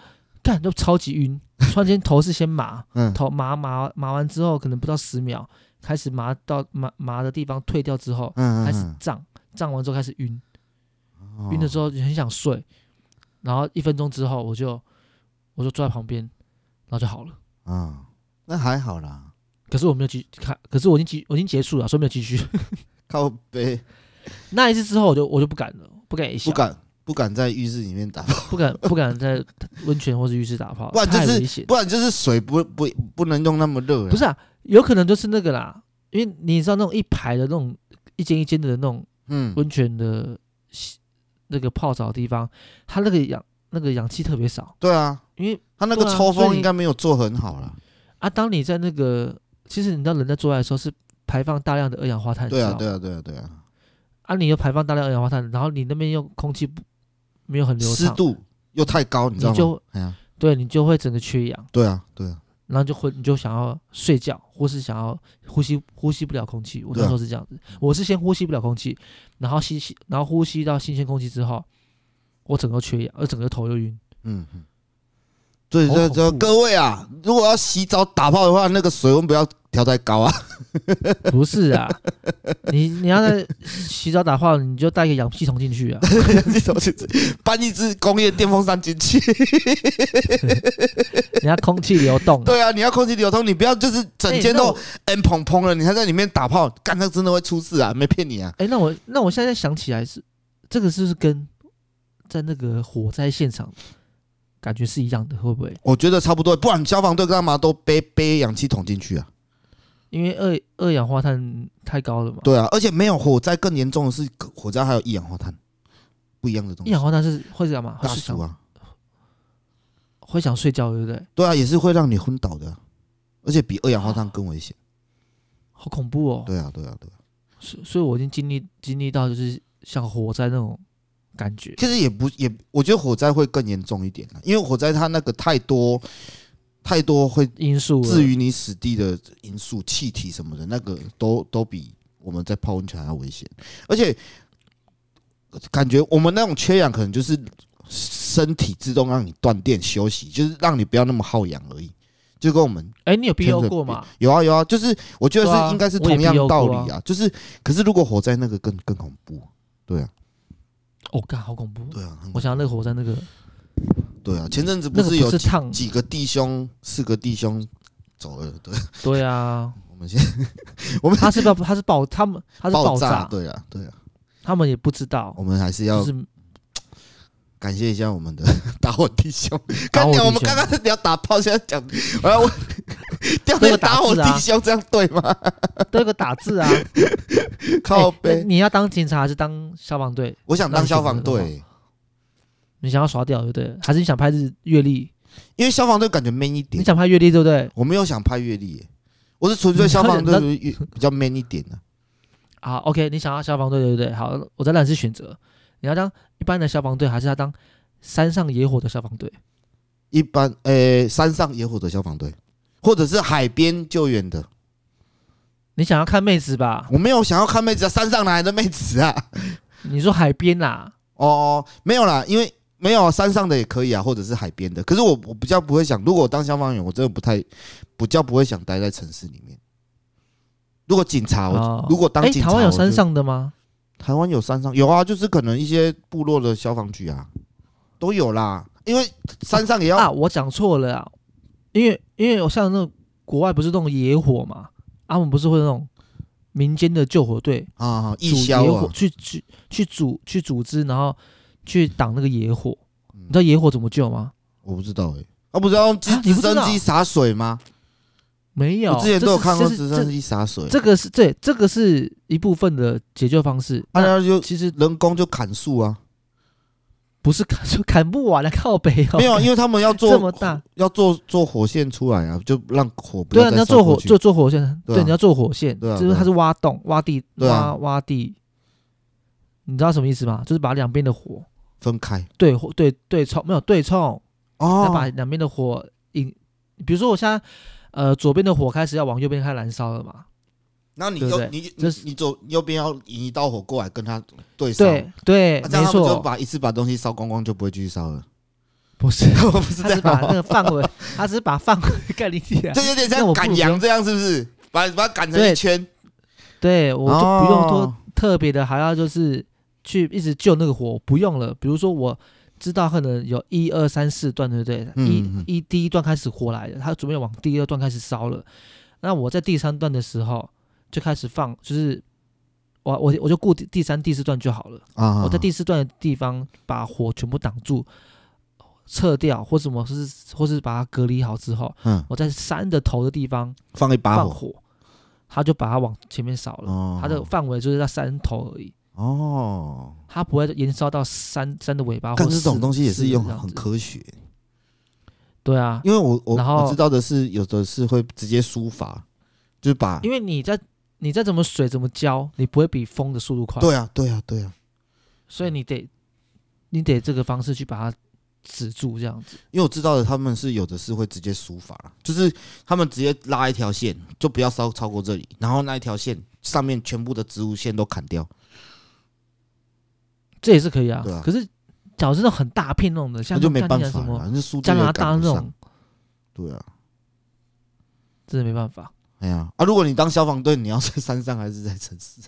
A: 干就超级晕，突然间头是先麻，
B: 嗯，
A: 头麻麻麻完之后，可能不到十秒，开始麻到麻麻的地方退掉之后，
B: 嗯嗯
A: 开始
B: 嗯
A: 胀，胀完之后开始晕，
B: 哦
A: 晕的时候就很想睡，然后一分钟之后我就我就坐在旁边，然后就好了。
B: 啊，那还好啦，
A: 可是我没有继看，可是我已经结我已经结束了，所以没有继续。 (laughs)
B: 靠背
A: 那一次之后，我就我就不敢了，不敢一下
B: 不敢不敢在浴室里面打炮，
A: 不敢不敢在 (laughs) 温泉或是浴室打炮，
B: 不然就
A: 太危
B: 是
A: 险。
B: 不然就是水不不不能用那么热啦，
A: 不是啊，有可能就是那个啦，因为你知道那种一排的那种一间一间的那种
B: 嗯
A: 温泉的洗那个泡澡的地方，它那个氧那个氧气特别少，
B: 对啊，
A: 因为
B: 他那个
A: 对啊
B: 抽
A: 所以
B: 风
A: 你
B: 应该没有做很好啦。
A: 啊，当你在那个其实你知道人在做爱的时候是排放大量的二氧化碳，
B: 对啊
A: 你知道吗
B: 对啊对啊对啊，
A: 啊，你又排放大量二氧化碳，然后你那边又空气不没有很流
B: 湿
A: 畅，
B: 度又太高，你知道
A: 你就
B: 吗？哎呀，
A: 对你就会整个缺氧，
B: 对啊对啊，
A: 然后就会你就想要睡觉，或是想要呼吸呼吸不了空气。我那
B: 对啊
A: 时候是这样子，我是先呼吸不了空气，然后吸吸，然后呼吸到新鲜空气之后，我整个缺氧，呃，整个头又晕。
B: 嗯嗯。对，
A: 哦好
B: 这
A: 恐
B: 这
A: 怖
B: 各位啊，如果要洗澡打泡的话，那个水温不要调太高
A: (laughs)
B: 啊。
A: 不是
B: (laughs)
A: 啊，你你要在洗澡打泡，你就带一个氧气筒进去啊。
B: 那种就是搬一只工业电风扇进去。
A: 你要空气流动、啊。
B: 对啊，你要空气流通，你不要就是整
A: 哎
B: 间
A: 那
B: 都
A: 我
B: N 砰砰了，你还在里面打炮，干那真的会出事啊！没骗你啊。
A: 哎、那我那我现在想起来是这个是不是跟在那个火灾现场感觉是一样的？会不会？
B: 我觉得差不多，不然消防队干嘛都背背氧气筒进去
A: 哦
B: 啊？
A: 因为二二氧化碳太高了嘛。
B: 对啊，而且没有火灾更严重的是，火灾还有一氧化碳，不一样的东
A: 一
B: 西。
A: 氧化碳是会是干嘛？会
B: 大
A: 是想
B: 暑啊，
A: 会想睡觉，对不对？
B: 对啊，也是会让你昏倒的啊、而且比二氧化碳更危险。
A: 好恐怖哦！
B: 对啊，对啊，对啊。
A: 所所以我已经经历经历到就是像火灾那种感觉，
B: 其实也不也，我觉得火灾会更严重一点啊，因为火灾它那个太多太多会
A: 因素了
B: 至于你死地的因素、气体什么的，那个都都比我们在泡温泉还要危险。而且感觉我们那种缺氧，可能就是身体自动让你断电休息，就是让你不要那么耗氧而已。就跟我们
A: 哎、你有 B
B: 天
A: O
B: 水
A: 过吗？
B: 有啊有啊，就是我觉得
A: 对啊
B: 是应该是
A: 我也
B: 同样
A: BO
B: 道
A: 过啊
B: 理啊，就是可是如果火灾那个更更恐怖，对啊
A: 哦，干，好恐怖！
B: 对啊，很
A: 我想到那个火灾那个
B: 对啊，前阵子不
A: 那个
B: 是有
A: 不是
B: 几
A: 烫，
B: 几个弟兄四个弟兄走了，对，
A: 对
B: (laughs)
A: 啊，
B: 我们现在我们
A: 他是爆，他是爆，他们他是
B: 爆
A: 炸，
B: 对啊对啊。
A: 他们也不知道
B: 我，们还是
A: 就
B: 要
A: 是
B: 感谢一下我们的 (laughs) 打火弟 (laughs) 兄。
A: 打
B: 刚
A: 火弟
B: 讲
A: 兄
B: 我们刚刚聊打炮，现在讲我 (laughs) 要问掉那个打啊火弟兄，这样对吗？ (laughs)
A: 都有个打字啊。
B: 靠
A: 哎那
B: 背，
A: 你要当警察还是当消防队？
B: 我想当消防队，
A: 你想要耍屌，对不对？还是你想拍日阅历？
B: 因为消防队感觉 man 一
A: 你
B: 点。
A: 想拍阅历，对不对？
B: 我没有想拍阅历耶，我是纯粹消防队的阅比较 man 一点的。
A: 啊，OK，你想要消防队，对不对？好，我再让你去选择，你要当一般的消防队，还是要当山上野火的消防队？
B: 一般，呃，山上野火的消防队，或者是海边救援的。
A: 你想要看妹子吧？
B: 我没有想要看妹子啊，山上哪来的妹子啊？
A: 你说海边啊啦，
B: 哦，没有啦，因为没有山上的也可以啊，或者是海边的。可是我我比较不会想，如果我当消防员，我真的不太比较不会想待在城市里面。如果警察，啊我、
A: 哦
B: 如果当
A: 哎，
B: 警察，
A: 台湾有
B: 我就
A: 山，上的吗？
B: 台湾有山上有啊，就是可能一些部落的消防局啊，都有啦。因为山上也要、
A: 啊，我讲错了啊，因为因为我像那种国外不是那种野火嘛，啊他们不是会那种民间的救火队
B: 啊义
A: 组
B: 消
A: 野火
B: 啊，
A: 去去去组去组织，然后去挡那个野火。
B: 嗯
A: 你知道野火怎么救吗？
B: 我不知道哎、啊不是要用直
A: 啊你
B: 直
A: 不知
B: 升
A: 道
B: 机洒水吗？
A: 没有，
B: 我之前都有
A: 这是
B: 看过
A: 这
B: 直
A: 是
B: 升
A: 这
B: 机洒水，
A: 这个是对，这个是一部分的解救方式。
B: 啊
A: 那
B: 然后就
A: 其实
B: 人工就砍树啊，
A: 不是砍 (laughs) 就砍不完了，靠北哦。
B: 没有，啊
A: (laughs)
B: 因为他们要
A: 这
B: 做
A: 么大，
B: 要做做火线出来啊，就让火不
A: 对
B: 再
A: 啊，你要
B: 烧
A: 做
B: 过
A: 火
B: 去
A: 做做火线，
B: 对啊
A: 对，你要做火线，
B: 对啊
A: 就是
B: 对啊
A: 它是挖洞、挖地、
B: 对啊
A: 挖挖地，你知道什么意思吗？就是把两边的火
B: 分开
A: 对火对对冲，没有对冲，要把
B: 哦，
A: 两边的火引，比如说我现在呃左边的火开始要往右边开始燃烧了嘛，
B: 然后你
A: 对不
B: 右
A: 对
B: 你
A: 就
B: 你
A: 是
B: 你左右边要引一道火过来跟他对烧，
A: 对对，
B: 啊这
A: 没
B: 样他们就
A: 错，
B: 把一次把东西烧光光，就不会继续烧了。
A: (laughs) 不是，
B: 我不是
A: 他
B: 这样
A: 只把那
B: 吗，
A: 个范
B: (laughs)
A: 围，他只是把范围 (laughs) 盖进去啊。
B: 这有点
A: 那
B: 像
A: 我不
B: 赶
A: 如不
B: 羊
A: 用
B: 这样，是不是？把把它赶成
A: 对
B: 一圈，
A: 对，我就不用多
B: 哦
A: 特别的，还要就是去一直救那个火，不用了。比如说我知道可能有一二三四段，对不对？
B: 嗯
A: 一
B: 嗯
A: 一第一段开始火来了，它准备往第二段开始烧了。那我在第三段的时候就开始放，就是我我我就顾第第三、第四段就好了。
B: 啊
A: 我在第四段的地方把火全部挡住。撤掉，或什么，或是或是把它隔离好之后，
B: 嗯
A: 我在山的头的地方
B: 放一把
A: 放
B: 火，
A: 火，他就把它往前面扫了。
B: 哦
A: 它的范围就是在山头而已，
B: 哦，
A: 它不会延烧到山山的尾巴。
B: 干
A: 或者
B: 这种东西也是用
A: 这样
B: 很
A: 子
B: 科学，
A: 对啊，
B: 因为我我
A: 然后
B: 我知道的是，有的是会直接书法，就是把
A: 因为你在你再怎么水怎么浇，你不会比风的速度快，
B: 对啊对啊对啊，
A: 所以你得你得这个方式去把它止住，这样子。
B: 因为我知道的他们是有的是会直接书法，就是他们直接拉一条线，就不要烧超过这里，然后那一条线上面全部的植物线都砍掉，
A: 这也是可以啊。
B: 对啊
A: 可是假如是那种很大片那种的，像
B: 那就没
A: 干
B: 办
A: 那
B: 法
A: 什么
B: 了，那速度
A: 加
B: 也
A: 拿大
B: 赶
A: 那
B: 不上
A: 种，，
B: 对啊。
A: 真的没办法。
B: 哎呀啊！如果你当消防队，你要在山上还是在城市？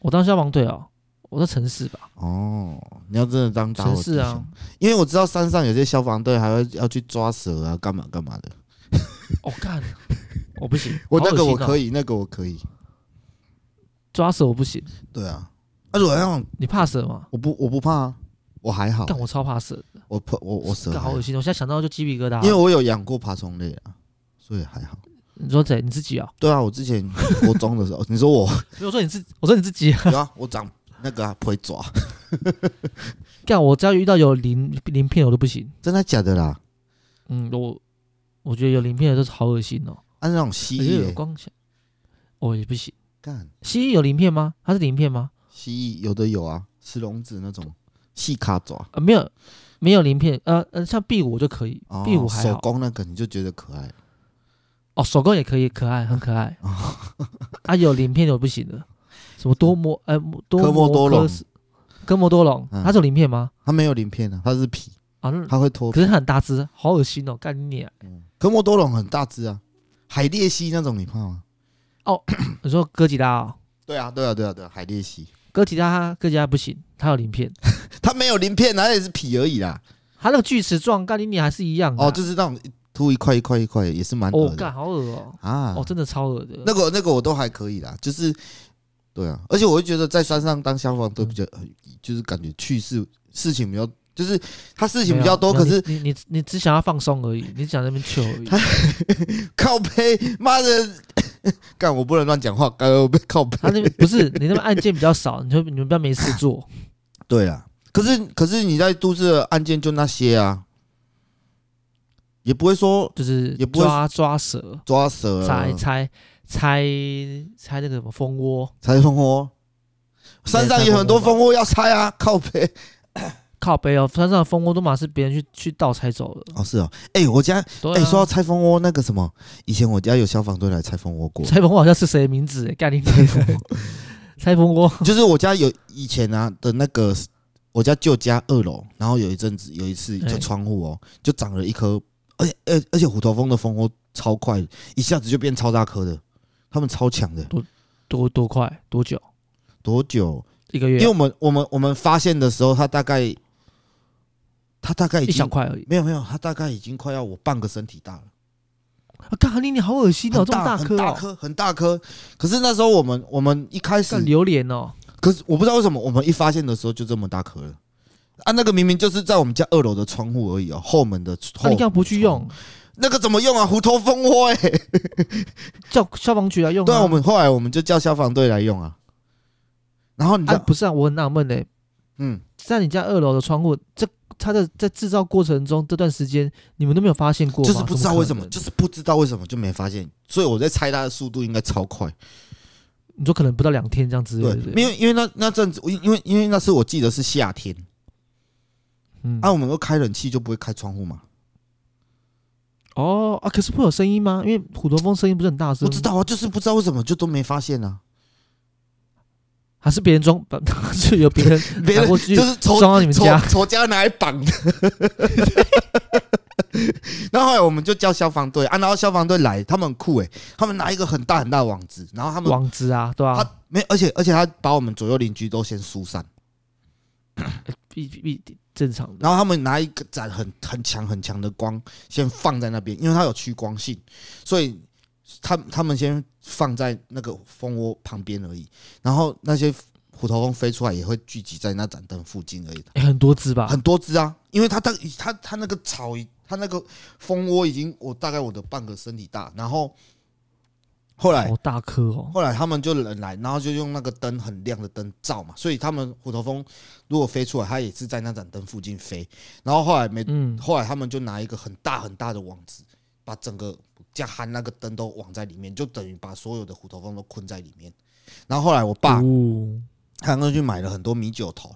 A: 我当消防队哦，我在城市吧，
B: 哦，你要真的当打火
A: 城市
B: 机
A: 啊，
B: 因为我知道山上有些消防队还会要去抓蛇啊，干嘛干嘛的。
A: 我哦干、我不行，
B: 我那个我可
A: 以
B: 以，那个我可以。
A: 啊抓蛇，我不行。
B: 对啊，啊，如果那种
A: 你怕蛇吗？
B: 我不我不怕、啊，我还好
A: 但，我超怕蛇的，
B: 我怕我我蛇还
A: 干好
B: 好，
A: 恶心！我现在想到就鸡皮疙瘩。
B: 因为我有养过爬虫类啊，所以还好。
A: 你说谁？你自己啊？
B: 对啊，我之前国中的时
A: (laughs)
B: 候，你说我
A: 没有我说你自，我说你自己啊。
B: 有啊，我长那个啊不会抓，
A: 干，我只要遇到有鳞鳞片我都不行。
B: 真的假的啦？
A: 嗯，我我觉得有鳞片的都是好恶心哦。
B: 啊，那种蜥
A: 可是
B: 蜴
A: 有
B: 欸
A: 光想，我也不行。
B: 干
A: 蜥蜴有鳞片吗？它是鳞片吗？
B: 蜥蜴有的有啊，石龙子那种细卡爪。
A: 呃，没有，没有鳞片。呃呃，像壁虎就可以，
B: 哦
A: 壁虎还
B: 手
A: 好。
B: 工那个你就觉得可爱
A: 哦，手工也可以，可爱，很可
B: 哦
A: (laughs) 爱。啊，有鳞片的我不行的，什么多摩呃多
B: 嗯科莫多龙
A: 科斯科莫多龙，
B: 嗯
A: 它是有鳞片吗？
B: 它没有鳞片啊，它是皮，
A: 啊，那
B: 它会脱皮
A: 可。是它很大只，好恶心哦！干你、啊！
B: 科莫多龙很大只啊，海鬣蜥那种你怕吗？
A: 你说哥吉拉、哦，
B: 对啊，对啊，对啊，对啊，海鬣蜥
A: 哥吉拉，哥吉拉不行，它有鳞片，
B: 它没有鳞片啊，它也是皮而已啦。
A: 它那个锯齿状，干你你还是一样的啊、
B: 哦，就是那种凸一块一块一块，也是蛮恶
A: 哦，
B: 的
A: 干好恶哦、
B: 啊
A: 哦，。真的超恶的。
B: 那个那个我都还可以啦，就是对啊，而且我会觉得在山上当消防
A: 嗯
B: 队比较，呃就是感觉趣事事情比较，就是它事情比较多，
A: 没有
B: 可
A: 没有 (laughs)
B: 是
A: 你你你你只想要放松而已，你只想在那边
B: (laughs)
A: 求而已。他
B: 靠背，妈的，干我不能乱讲话，干我被靠背。
A: 那边不是你那边按键比较少，你就你们不要没事做。
B: 对啊，可是可是你在都市的案件就那些啊，也不会说
A: 就是
B: 也不会
A: 抓抓蛇，
B: 抓蛇、啊
A: 拆、拆拆拆那个什么蜂窝，
B: 拆蜂窝，山上有很多蜂窝要拆啊，靠背。
A: 靠背哦，山上的蜂窝都嘛是别人去去盗拆走了。
B: 哦，是哦，哎、我家
A: 对
B: 哎、
A: 啊，
B: 说到拆蜂窝，那个什么，以前我家有消防队来拆蜂窝过，
A: 拆蜂窝好像是谁的名字？欸干你娘！
B: (laughs)
A: 拆蜂窝， (laughs)
B: 就是我家有以前啊的那个，我家旧家二楼，然后有一阵子有一次，
A: 哎
B: 就窗户哦，就长了一颗，而且而而且虎头蜂的蜂窝超快的，一下子就变超大颗的，他们超强的，
A: 多多快多久？
B: 多久？
A: 一个月
B: 因为我们我们我们发现的时候，它大概，它大概已
A: 一小
B: 经
A: 块而已。
B: 没有没有，它大概已经快要我半个身体大了。
A: 啊，干你你好恶心哦，
B: 很
A: 这么
B: 大
A: 颗
B: 很大
A: 哦，
B: 颗，很大颗。可是那时候我们我们一开始
A: 干，榴莲哦，
B: 可是我不知道为什么我们一发现的时候就这么大颗了。啊，那个明明就是在我们家二楼的窗户而已哦，后门的
A: 那
B: 后。
A: 啊你干嘛不去用？
B: 那个怎么用啊？虎头蜂窝哎、
A: 叫消防局来用、啊。
B: 对啊，我们后来我们就叫消防队来用啊。然后你知
A: 啊
B: 道，
A: 不是啊，我很纳闷呢，
B: 嗯，
A: 在你家二楼的窗户，这它的在制造过程中这段时间，你们都没有发现过吗，
B: 就是不知道为什
A: 怎
B: 么，
A: 可能
B: 就是不知道为什么就没发现，所以我在猜它的速度应该超快。
A: 你说可能不到两天这样之类
B: 对
A: 的，，对
B: 因为因为那那阵子，因为因为那次我记得是夏天，
A: 嗯
B: 啊，我们都开冷气就不会开窗户嘛，
A: 哦啊，可是会有声音吗？因为虎头蜂声音不是很大声，
B: 不知，道啊，就是不知道为什么就都没发现啊，
A: 还是别人装， (laughs) 是有别人
B: 别
A: 拿
B: 人
A: 过去 (laughs)
B: 就是从
A: 装到你们
B: 从
A: 家，
B: 从家拿来绑的。 (laughs) 然后后来我们就叫消防队啊，然后消防队来，他们很酷诶、欸他们拿一个很大很大的网子，然后他们
A: (laughs) 网子啊，对吧、
B: 他没，而且而且他把我们左右邻居都先疏散，
A: 必必必正常的，
B: 然后他们拿一个盏很很强很强的光先放在那边，因为它有趋光性，所以他他们先放在那个蜂窝旁边而已，然后那些虎头蜂飞出来也会聚集在那盏灯附近而已。
A: 诶哎很多只吧？
B: 很多只啊，因为它它它它那个草，它那个蜂窝已经我大概我的半个身体大，然后后来
A: 好大颗哦，
B: 后来他们就人来，然后就用那个灯很亮的灯照嘛，所以他们虎头蜂如果飞出来，它也是在那盏灯附近飞，然后后来没，
A: 嗯，
B: 后来他们就拿一个很大很大的网子，把整个加含那个灯都网在里面，就等于把所有的虎头蜂都困在里面。然后后来我爸
A: 哦
B: 他刚去买了很多米酒头，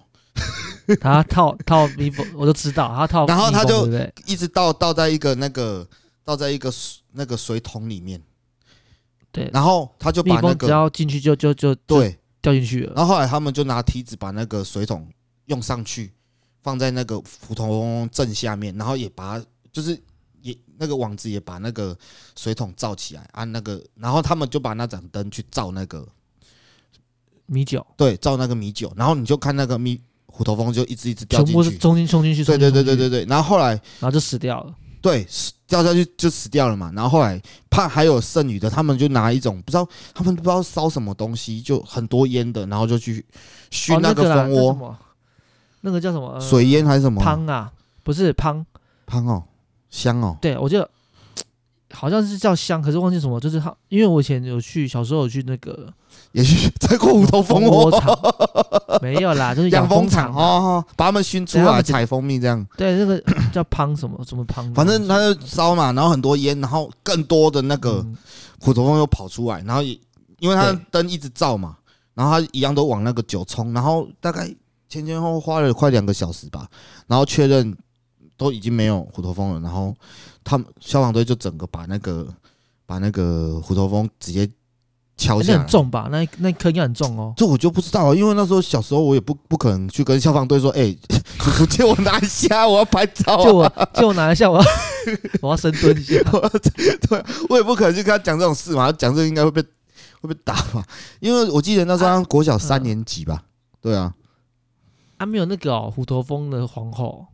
A: 他套套蜜蜂，我就知道他套蜜
B: 然
A: 蜂，
B: 后他就
A: 对不对？
B: 一直倒倒在一个那个倒在一个水那个水桶里面，
A: 对
B: 然后他就把
A: 蜜
B: 那
A: 蜂只
B: 个
A: 要进去就就就就
B: 对，
A: 掉进去了，
B: 然后后来他们就拿梯子把那个水桶用上去，放在那个普通正下面，然后也把它就是也那个网子也把那个水桶罩起来啊，那个然后他们就把那盏灯去照那个
A: 米酒
B: 对照那个米酒，然后你就看那个米虎头蜂就一只一只掉
A: 全
B: 进
A: 部是
B: 去，
A: 冲进冲进去，
B: 对
A: 冲进
B: 对对对
A: 冲进
B: 对对，然后后来
A: 去，然后就死掉了。
B: 对，死掉下去就死掉了嘛。然后后来怕还有剩余的，他们就拿一种不知道他们不知道烧什么东西，就很多烟的，然后就去熏
A: 哦那
B: 个
A: 啦
B: 蜂
A: 那
B: 窝，
A: 什么那个叫什么？呃
B: 水烟还是什么
A: 汤啊，不是汤，
B: 汤哦，香哦，
A: 对我记得好像是叫香，可是忘记什么，就是它，因为我以前有去小时候有去那
B: (laughs)
A: 个
B: 也是再过五头蜂窝
A: 厂，
B: (laughs)
A: 没有啦，就是
B: 养蜂
A: 蜂
B: 场
A: 啊，
B: 哦，把他们熏出
A: 对他
B: 来
A: 们只
B: 采蜂蜜这样，
A: 对，那个 (coughs) 叫汤什么什么汤的东西，
B: 反正他就烧嘛，然后很多烟，然后更多的那个
A: 嗯
B: 虎头蜂又跑出来，然后也因为它的
A: 对
B: 灯一直照嘛，然后它一样都往那个酒冲，然后大概前前后后花了快两个小时吧，然后确认都已经没有虎头蜂了，然后他们消防队就整个把那个把那个虎头蜂直接敲下
A: 哎那
B: 来
A: 很。重吧？那一那一颗应该很
B: (laughs)
A: 重哦。
B: 这我就不知道啊了，因为那时候小时候我也不不可能去跟消防队说，哎、 (laughs) 叔叔借我拿一下，我要拍照、啊。
A: 就我就我拿一下，我要 (laughs) 我要深蹲一下。
B: 我 (laughs) 对，我也不可能去跟他讲这种事嘛，他讲这个应该会被会被打吧？因为我记得那时候他国
A: 嗯
B: 小三年级吧，对啊，
A: 啊，没有那个哦，虎头蜂的皇后。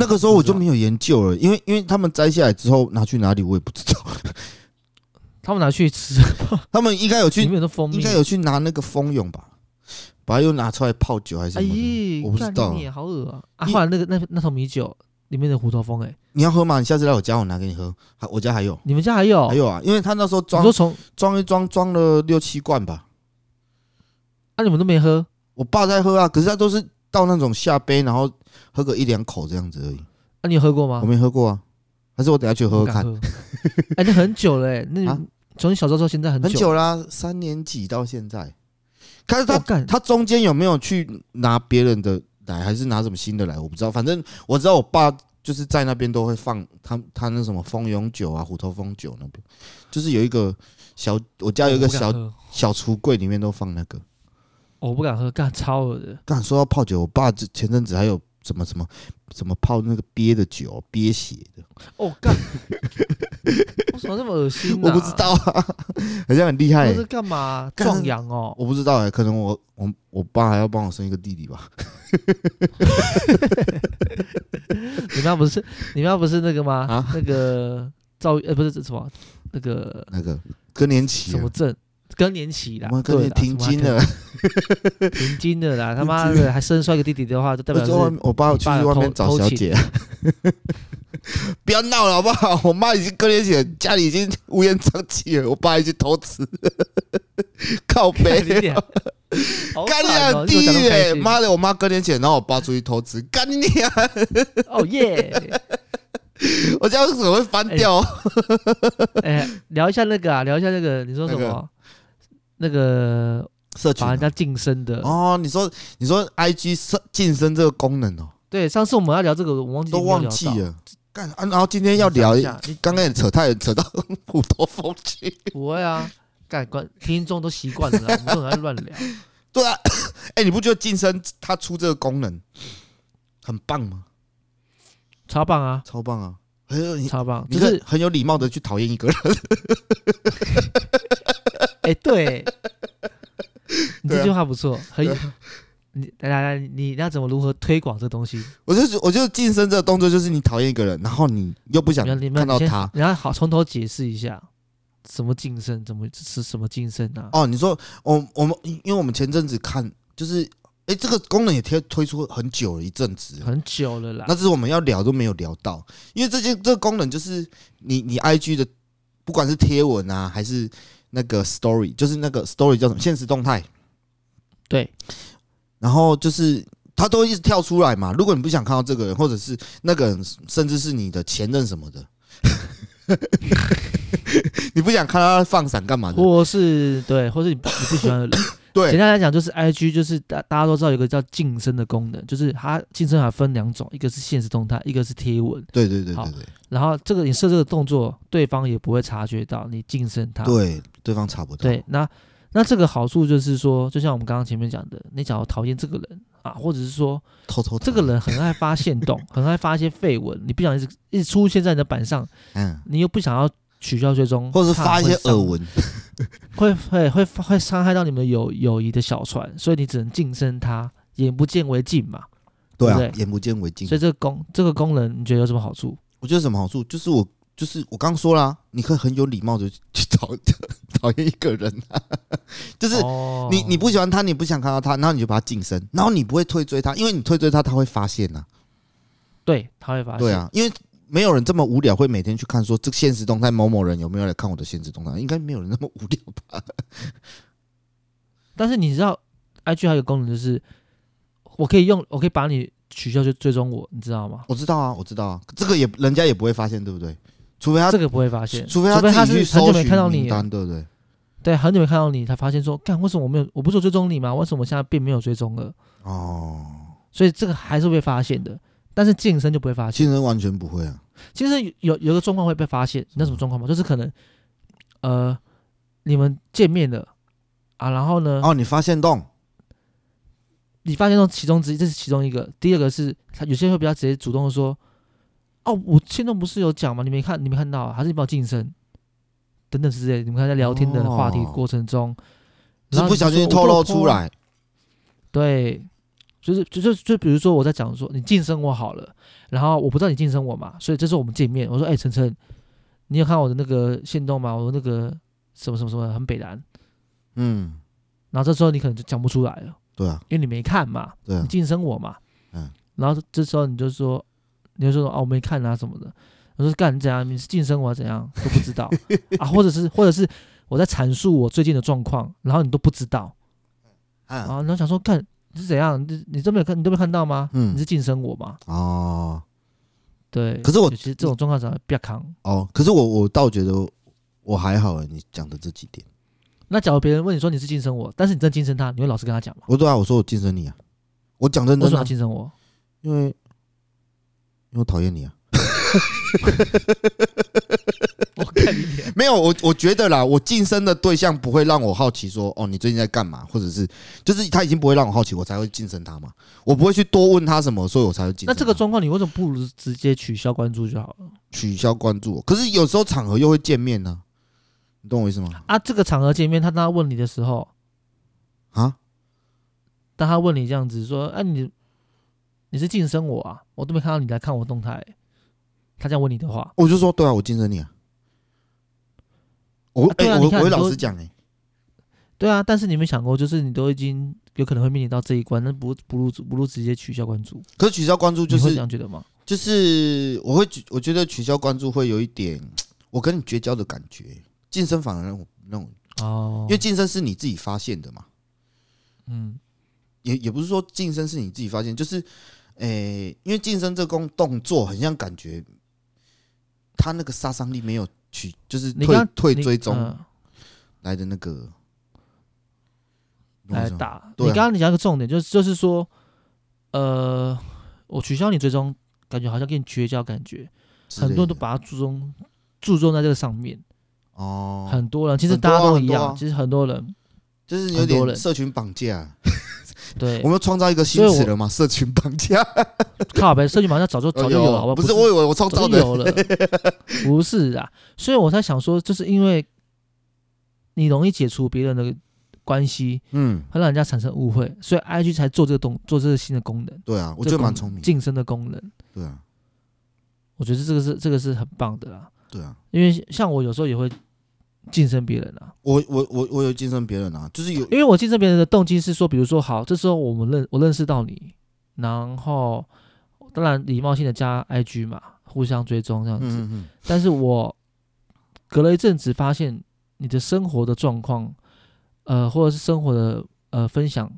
B: (laughs) 那个时候我就
A: 不知道
B: 没有研究了，因为因为他们摘下来之后拿去哪里我也不知道， (laughs)
A: 他们拿去吃，
B: 他们应该有 (laughs)
A: 里
B: 去
A: 面都蜂蜜。
B: 应该有去拿那个蜂蛹吧，把它又拿出来泡酒还是
A: 哎
B: 什么的？
A: 呀，
B: 我不知
A: 干
B: 道
A: 你好恶啊！啊，
B: 因
A: 后来那个那那桶米酒里面的虎头蜂，哎，
B: 你要喝吗？你下次来我家我拿给你喝，还我家还有
A: 你们家还有？
B: 还有啊，因为他那时候
A: 哦你
B: 装
A: 说从
B: 装一装装了六七罐吧，
A: 啊，你们都没喝？
B: 我爸在喝啊，可是他都是倒那种下杯，然后喝个一两口这样子而已。
A: 啊，你有喝过吗
B: 我？没喝过啊，还是我等下去喝
A: 不
B: 喝
A: 敢
B: 看。
A: 喝。 (laughs) 哎，那很久
B: (laughs)
A: 了，哎，那
B: 啊
A: 从你小时候到现在很
B: 很
A: 久。哦
B: 久啦、三年级到现在。可是
A: 我
B: 他
A: 干，
B: 他中间有没有去拿别人的来，还是拿什么新的来？我不知道，反正我知道我爸就是在那边都会放他他那什么蜂蛹酒啊、虎头蜂酒那边，就是有一个小我家有一个
A: 哦我不敢
B: 小
A: 喝
B: 小橱柜里面都放那个。
A: 我不敢喝，干超恶
B: (laughs)
A: 的。
B: 刚说到泡酒，我爸这前阵子还有什么什么什么泡那个憋的酒，憋血的，
A: 哦，干，为什么这么恶心？
B: 我不知。道啊， (laughs) 好像很厉害、
A: 这
B: 欸
A: 是。干嘛？
B: 干
A: 壮阳哦，
B: 我不知道哎、可能我我我爸还要帮我生一个弟弟吧。
A: 你妈不是你妈不是那个吗？
B: 啊
A: 那个赵呃不是这什么那个
B: 那个更年期
A: 什
B: 了
A: 么，症更年期啦
B: 我，们更
A: 对啊
B: 年停
A: 啦
B: 经，了。
A: 什么停经了啦，他妈的还生出来个弟弟的话，就代
B: 我
A: 表
B: 在外
A: 是
B: 面我爸我去
A: 你爸有
B: 外面找
A: 偷
B: 小姐， (laughs) 不要闹了好不好？我妈已经更年期了，家里已经乌烟瘴气了，我爸还去偷吃。 (laughs) 靠背
A: 干，你点， (laughs) 好
B: 干你
A: 惨
B: 娘
A: 哦
B: 第
A: 又讲
B: 一
A: 得开
B: 耶！
A: 心
B: 妈的，我妈隔天起来，然后我爸出去偷吃，干你娘！
A: 哦耶！
B: 我这样子会翻掉哦。
A: 哎，聊一下那个啊，聊一下那个，你说什么？那个
B: 社群
A: 把
B: 啊
A: 人家晋升的，
B: 哦，你说你说 I G 晋升这个功能哦，
A: 对，上次我们要聊这个，我忘记
B: 都
A: 有没有
B: 忘
A: 聊
B: 记
A: 到。
B: 了。干啊！然后今天要聊
A: 你想一下你，
B: 刚刚也扯太扯到 (laughs) 虎头蜂去。
A: 不会啊，干观听众都习惯了啦，啊我们都很爱乱聊。
B: 对啊，哎，你不觉得晋升它出这个功能很棒吗？
A: 超棒啊，
B: 超棒啊！很有你
A: 超棒！
B: 你
A: 就
B: 可以
A: 是
B: 很有礼貌的去讨厌一个人。
A: 哎，
B: (laughs)
A: 对，你
B: 对
A: 这
B: 啊
A: 句话不错，很
B: 对啊
A: 你来来来，你要怎么如何推广这东西？
B: 我就是我就是晋升这个动作，就是你讨厌一个人，然后你又不想
A: 你要你
B: 看
A: 们
B: 到
A: 先
B: 他，。
A: 你要好从头解释一下，什么晋升，怎么是什么晋升啊？
B: 哦，你说我我们因为我们前阵子看就是，哎，这个功能也推推出很久了一阵子了，
A: 很久了啦
B: 那，只是我们要聊都没有聊到，因为这件这个功能就是你你 IG 的不管是贴文啊还是那个 Story，就是那个 Story 叫什么现实动态，
A: 对，
B: 然后就是它都会一直跳出来嘛。如果你不想看到这个人，或者是那个人，甚至是你的前任什么的， (laughs) 你不想看他放闪干嘛的？
A: 或是对，或是你不你不喜欢的人。简
B: 对
A: 单来讲，就是 I G 就是大大家都知道有个叫晋升的功能，就是它晋升还分两种，一个是现实动态，一个是贴文。
B: 对对对对
A: 好
B: 对
A: 然后这个你设这个动作，对方也不会察觉到你晋升他。
B: 对，对方查不到。
A: 对，那那这个好处就是说，就像我们刚刚前面讲的，你假如讨厌这个人啊，或者是说
B: 偷偷
A: 这个
B: 查，
A: 人很爱发现
B: (laughs)
A: 动，很爱发一些绯闻，你不想一直一直出现在你的板上，
B: 嗯，
A: 你又不想要取消追踪，
B: 或者是发一些
A: 怕会
B: 耳
A: 伤，
B: 闻，
A: 会会会会伤害到你们友友谊的小船，所以你只能晋升他，眼不见为净嘛。
B: 对啊
A: 对不，对
B: 眼不见为净
A: 所。以这个功这个功能，你觉得有什么好处？
B: 我觉得什么好处？就是我就是我刚说啦，你可以很有礼貌的去讨 (laughs) 讨厌一个人、啊，就是
A: 哦
B: 你你不喜欢他，你不想看到他，然后你就把他晋升，然后你不会退追他，因为你退追他，他会发现呐、
A: 对，他会发现。
B: 对，啊，因为没有人这么无聊，会每天去看说这个现实动态某某人有没有来看我的现实动态，应该没有人那么无聊吧？
A: 但是你知道，IG 还有一个功能就是，我可以用，我可以把你取消追追踪我，你知道吗？
B: 我知道啊，我知道啊，这个也人家也不会发现，对不对？除非他
A: 这个不会发现，
B: 除非
A: 除非
B: 他
A: 他
B: 自己
A: 是
B: 去
A: 很久
B: 搜
A: 没
B: 寻
A: 看到
B: 名
A: 你了，
B: 单，对不对？
A: 对，很久没看到你，才发现说，干，为什么我没有？我不是有追踪你吗？为什么我现在并没有追踪了？
B: 哦，
A: 所以这个还是会被发现的，但是晋升就不会发现。
B: 新人完全不会啊，
A: 其实有有有一个状况会被发现，你知道什么状况吗？就是可能，呃，你们见面了啊，然后呢，
B: 哦，你发现洞。
A: 你发现到其中之一，这是其中一个。第二个是他有些会比较直接主动的说，哦，我现在不是有讲吗？你没看，你没看到啊，还是你帮我晋升，等等之类的。你们看在聊天的话题
B: 哦
A: 过程中，
B: 是
A: 然后
B: 不小
A: 你就
B: 心
A: 说
B: 透露
A: 我都有 po
B: 出
A: 啊
B: 来，
A: 对，就是就就就比如说我在讲说你晋升我好了，然后我不知道你晋升我嘛，所以这时候我们见面，我说哎晨晨，你有看我的那个线动吗？我那个什么什么什么很北蓝，
B: 嗯，
A: 然后这时候你可能就讲不出来了，
B: 对啊，
A: 因为你没看嘛，
B: 对啊
A: 你，晋升我嘛，
B: 嗯，
A: 然后这时候你就说你就说哦我没看啊什么的，我说干你怎样？你是晋升我还是怎样都不知道啊，或者是或者是我在阐述我最近的状况，然后你都不知道，
B: 啊，
A: 啊，然后想说，看你是怎样，你你都没有看，你都没有看到吗？
B: 嗯
A: 你是晋升我吗？
B: 哦，
A: 对。
B: 可是我
A: 其实这种状况才会比较扛。
B: 哦，可是我我倒觉得我还好欸，你讲的这几点，
A: 那假如别人问你说你是晋升我，但是你真的晋升他，你会老实跟他讲吗？
B: 我对啊，我说我晋升你啊，我讲认
A: 为
B: 真的
A: 什么要
B: 啊，
A: 晋升我？ (laughs)
B: 因为因为我讨厌你啊，
A: 我看你
B: (laughs)
A: 脸。
B: 没有，我我觉得啦，我晋升的对象不会让我好奇说，哦，你最近在干嘛，或者是就是他已经不会让我好奇，我才会晋升他嘛，我不会去多问他什么，所以我才会晋
A: 那
B: 升他。
A: 这个状况你为什么不如直接取消关注就好了？
B: 取消关注我，可是有时候场合又会见面呢、你懂我意思吗？
A: 啊，这个场合见面，他当他问你的时候，
B: 啊，
A: 当他问你这样子说，啊你你是晋升我啊，我都没看到你来看我动态、他这样问你的话，
B: 我就说对啊，我晋升你啊。我
A: 啊
B: 哎、
A: 对啊
B: 我
A: 你看
B: 我会
A: 很
B: 老
A: 多
B: 实讲哎、
A: 对啊，但是你有没有想过，就是你都已经有可能会面临到这一关，那不不如不如直接取消关注。
B: 可是取消关注就
A: 你会这
B: 是
A: 样觉得吗？
B: 就是我会觉我觉得取消关注会有一点我跟你绝交的感觉，晋升反而让我让我
A: 哦
B: 因，为晋升是你自己发现的嘛，
A: 嗯
B: 也也不是说晋升是你自己发现，就是，诶、因为晋升这工动作很像感觉，他那个杀伤力没有去，就是
A: 你
B: 退
A: 刚
B: 退
A: 你
B: 追踪
A: 嗯
B: 来的那个，
A: 来打。
B: 对啊
A: 你刚刚你讲一个重点，就是就是说，呃，我取消你追踪，感觉好像跟你绝交，感觉很多人都
B: 把
A: 把它注重注重在这个上面，
B: 哦，
A: 很多人其实
B: 很多
A: 大
B: 啊
A: 家都一
B: 很多
A: 样，
B: 啊
A: 其实很多人
B: 就是有
A: 很多
B: 点
A: 人
B: 社群绑架，(laughs)
A: 对
B: 我们创造一个新
A: 所以我
B: 词了嘛？社群绑
A: (laughs)
B: 架，哎
A: 靠呗，社群网站早就早就有了，好吧？
B: 不是我以为我创造
A: 早就
B: 的，
A: 有了， (laughs) 不是啊，所以我才想说，就是因为你容易解除别人的关系，
B: 嗯，
A: 会让人家产生误会，所以 IG 才做这个动做这个新的功能，
B: 对啊，我
A: 这
B: 觉
A: 个
B: 得蛮
A: 功
B: 聪明的，
A: 晋升的功能，
B: 对啊，
A: 我觉得这个是这个是很棒的啦，
B: 对啊，
A: 因为像我有时候也会晋升别人啊，
B: 我我我我有晋升别人啊，就是
A: (laughs)
B: 有
A: 因为我晋升别人的动机是说，比如说好，这时候我们认我认识到你，然后当然礼貌性的加 IG 嘛，互相追踪这样
B: 嗯
A: 子，
B: 嗯嗯，
A: 但是我隔了一阵子，发现你的生活的状况，呃，或者是生活的呃分享，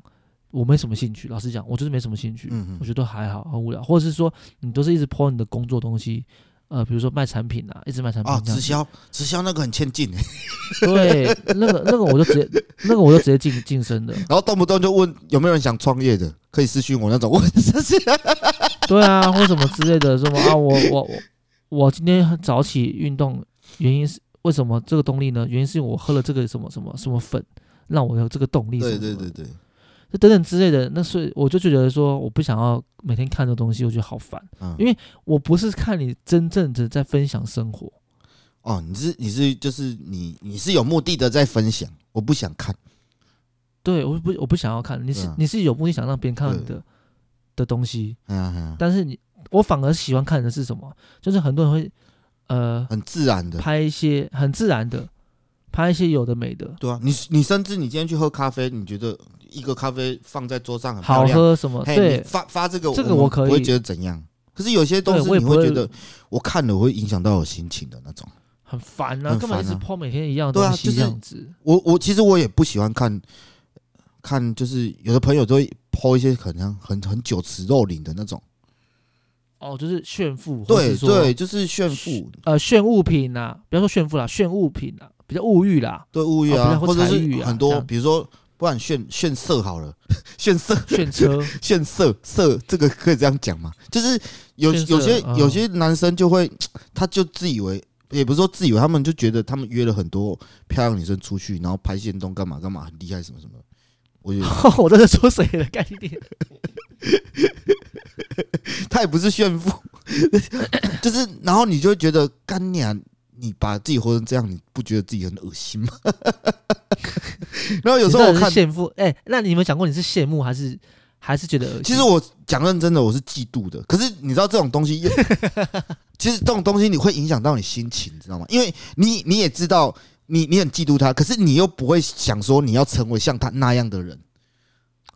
A: 我没什么兴趣。老实讲，我就是没什么兴趣，
B: 嗯嗯
A: 我觉得还好，很无聊。或者是说，你都是一直 po 你的工作东西，呃，比如说卖产品啊，一直卖产品
B: 啊，
A: 这样
B: 直销直销那个很欠劲欸， (laughs)
A: 对，那个那个我就直接那个我就直接晋晋升的。
B: 然后动不动就问有没有人想创业的，可以私讯我那种，我真是
A: (laughs) 对啊，或什么之类的，什么啊，我我我我今天很早起运动，原因是为什么这个动力呢？原因是我喝了这个什么什么什么粉，让我有这个动力什么
B: 对
A: 什么
B: 对
A: 的，
B: 对对，
A: 就等等之类的。那所以我就觉得说，我不想要每天看这东西，我觉得好烦。
B: 嗯
A: 因为我不是看你真正的在分享生活，
B: 哦，你是你是就是你你是有目的的在分享，我不想看，
A: 对我不我不想要看，你是、
B: 对啊
A: 你是有目的想让别人看到你
B: 对
A: 的的东西，
B: 哎呀哎呀，
A: 但是你我反而喜欢看的是什么？就是很多人会呃
B: 很自然的，
A: 拍一些很自然的，拍一些有的没的，
B: 对啊，你你甚至你今天去喝咖啡，你觉得一个咖啡放在桌上很漂
A: 好
B: 亮，
A: 喝什么？
B: 嘿你
A: 对，
B: 发发这个
A: 这个
B: 我
A: 我
B: 们
A: 可以
B: 不会觉得怎样，可是有些东西
A: 对我也
B: 你
A: 不
B: 会
A: 会
B: 觉得我看了我会影响到我心情的那种。
A: 很烦
B: 很
A: 啊，干嘛
B: 烦
A: 一直
B: 啊
A: 抛每天一样的
B: 对啊
A: 东西
B: 就是
A: 这样子？
B: 我我其实我也不喜欢看，看就是有的朋友都会抛一些可能很很酒池肉林的那种，
A: 哦，就是炫富，或
B: 对
A: 是说
B: 对，，就是炫富，
A: 呃，炫物品呐、不要说炫富啦，炫物品啦，比较物
B: (laughs)
A: 欲啦，
B: 对物欲啊，
A: 哦比较
B: 或者
A: 财
B: 是
A: 欲啊
B: 很
A: 这
B: 多，
A: 样
B: 比如说不然炫炫色好了， (laughs) 炫色
A: 炫车，
B: 炫色色，这个可以这样讲吗？就是有
A: 炫色
B: 有些
A: 嗯
B: 有些男生就会，他就自以为。也不是说自以为，他们就觉得他们约了很多漂亮女生出去，然后拍线动干嘛干嘛，很厉害什么什么的。我觉得
A: (laughs) (laughs) 我这是说谁的概念？
B: 他也不是炫富， (laughs) 就是然后你就会觉得干你啊，你把自己活成这样，你不觉得自己很恶心吗？ (laughs) 然 (laughs) 后有时候我
A: 你到底
B: 看
A: 是，羡慕，哎、那你有没有想过你是羡慕还是还是觉得恶心？
B: 其实我讲认真的，我是嫉妒的。可是你知道这种东西，其实这种东西你会影响到你心情，你知道吗？因为你你也知道，你你很嫉妒他，可是你又不会想说你要成为像他那样的人。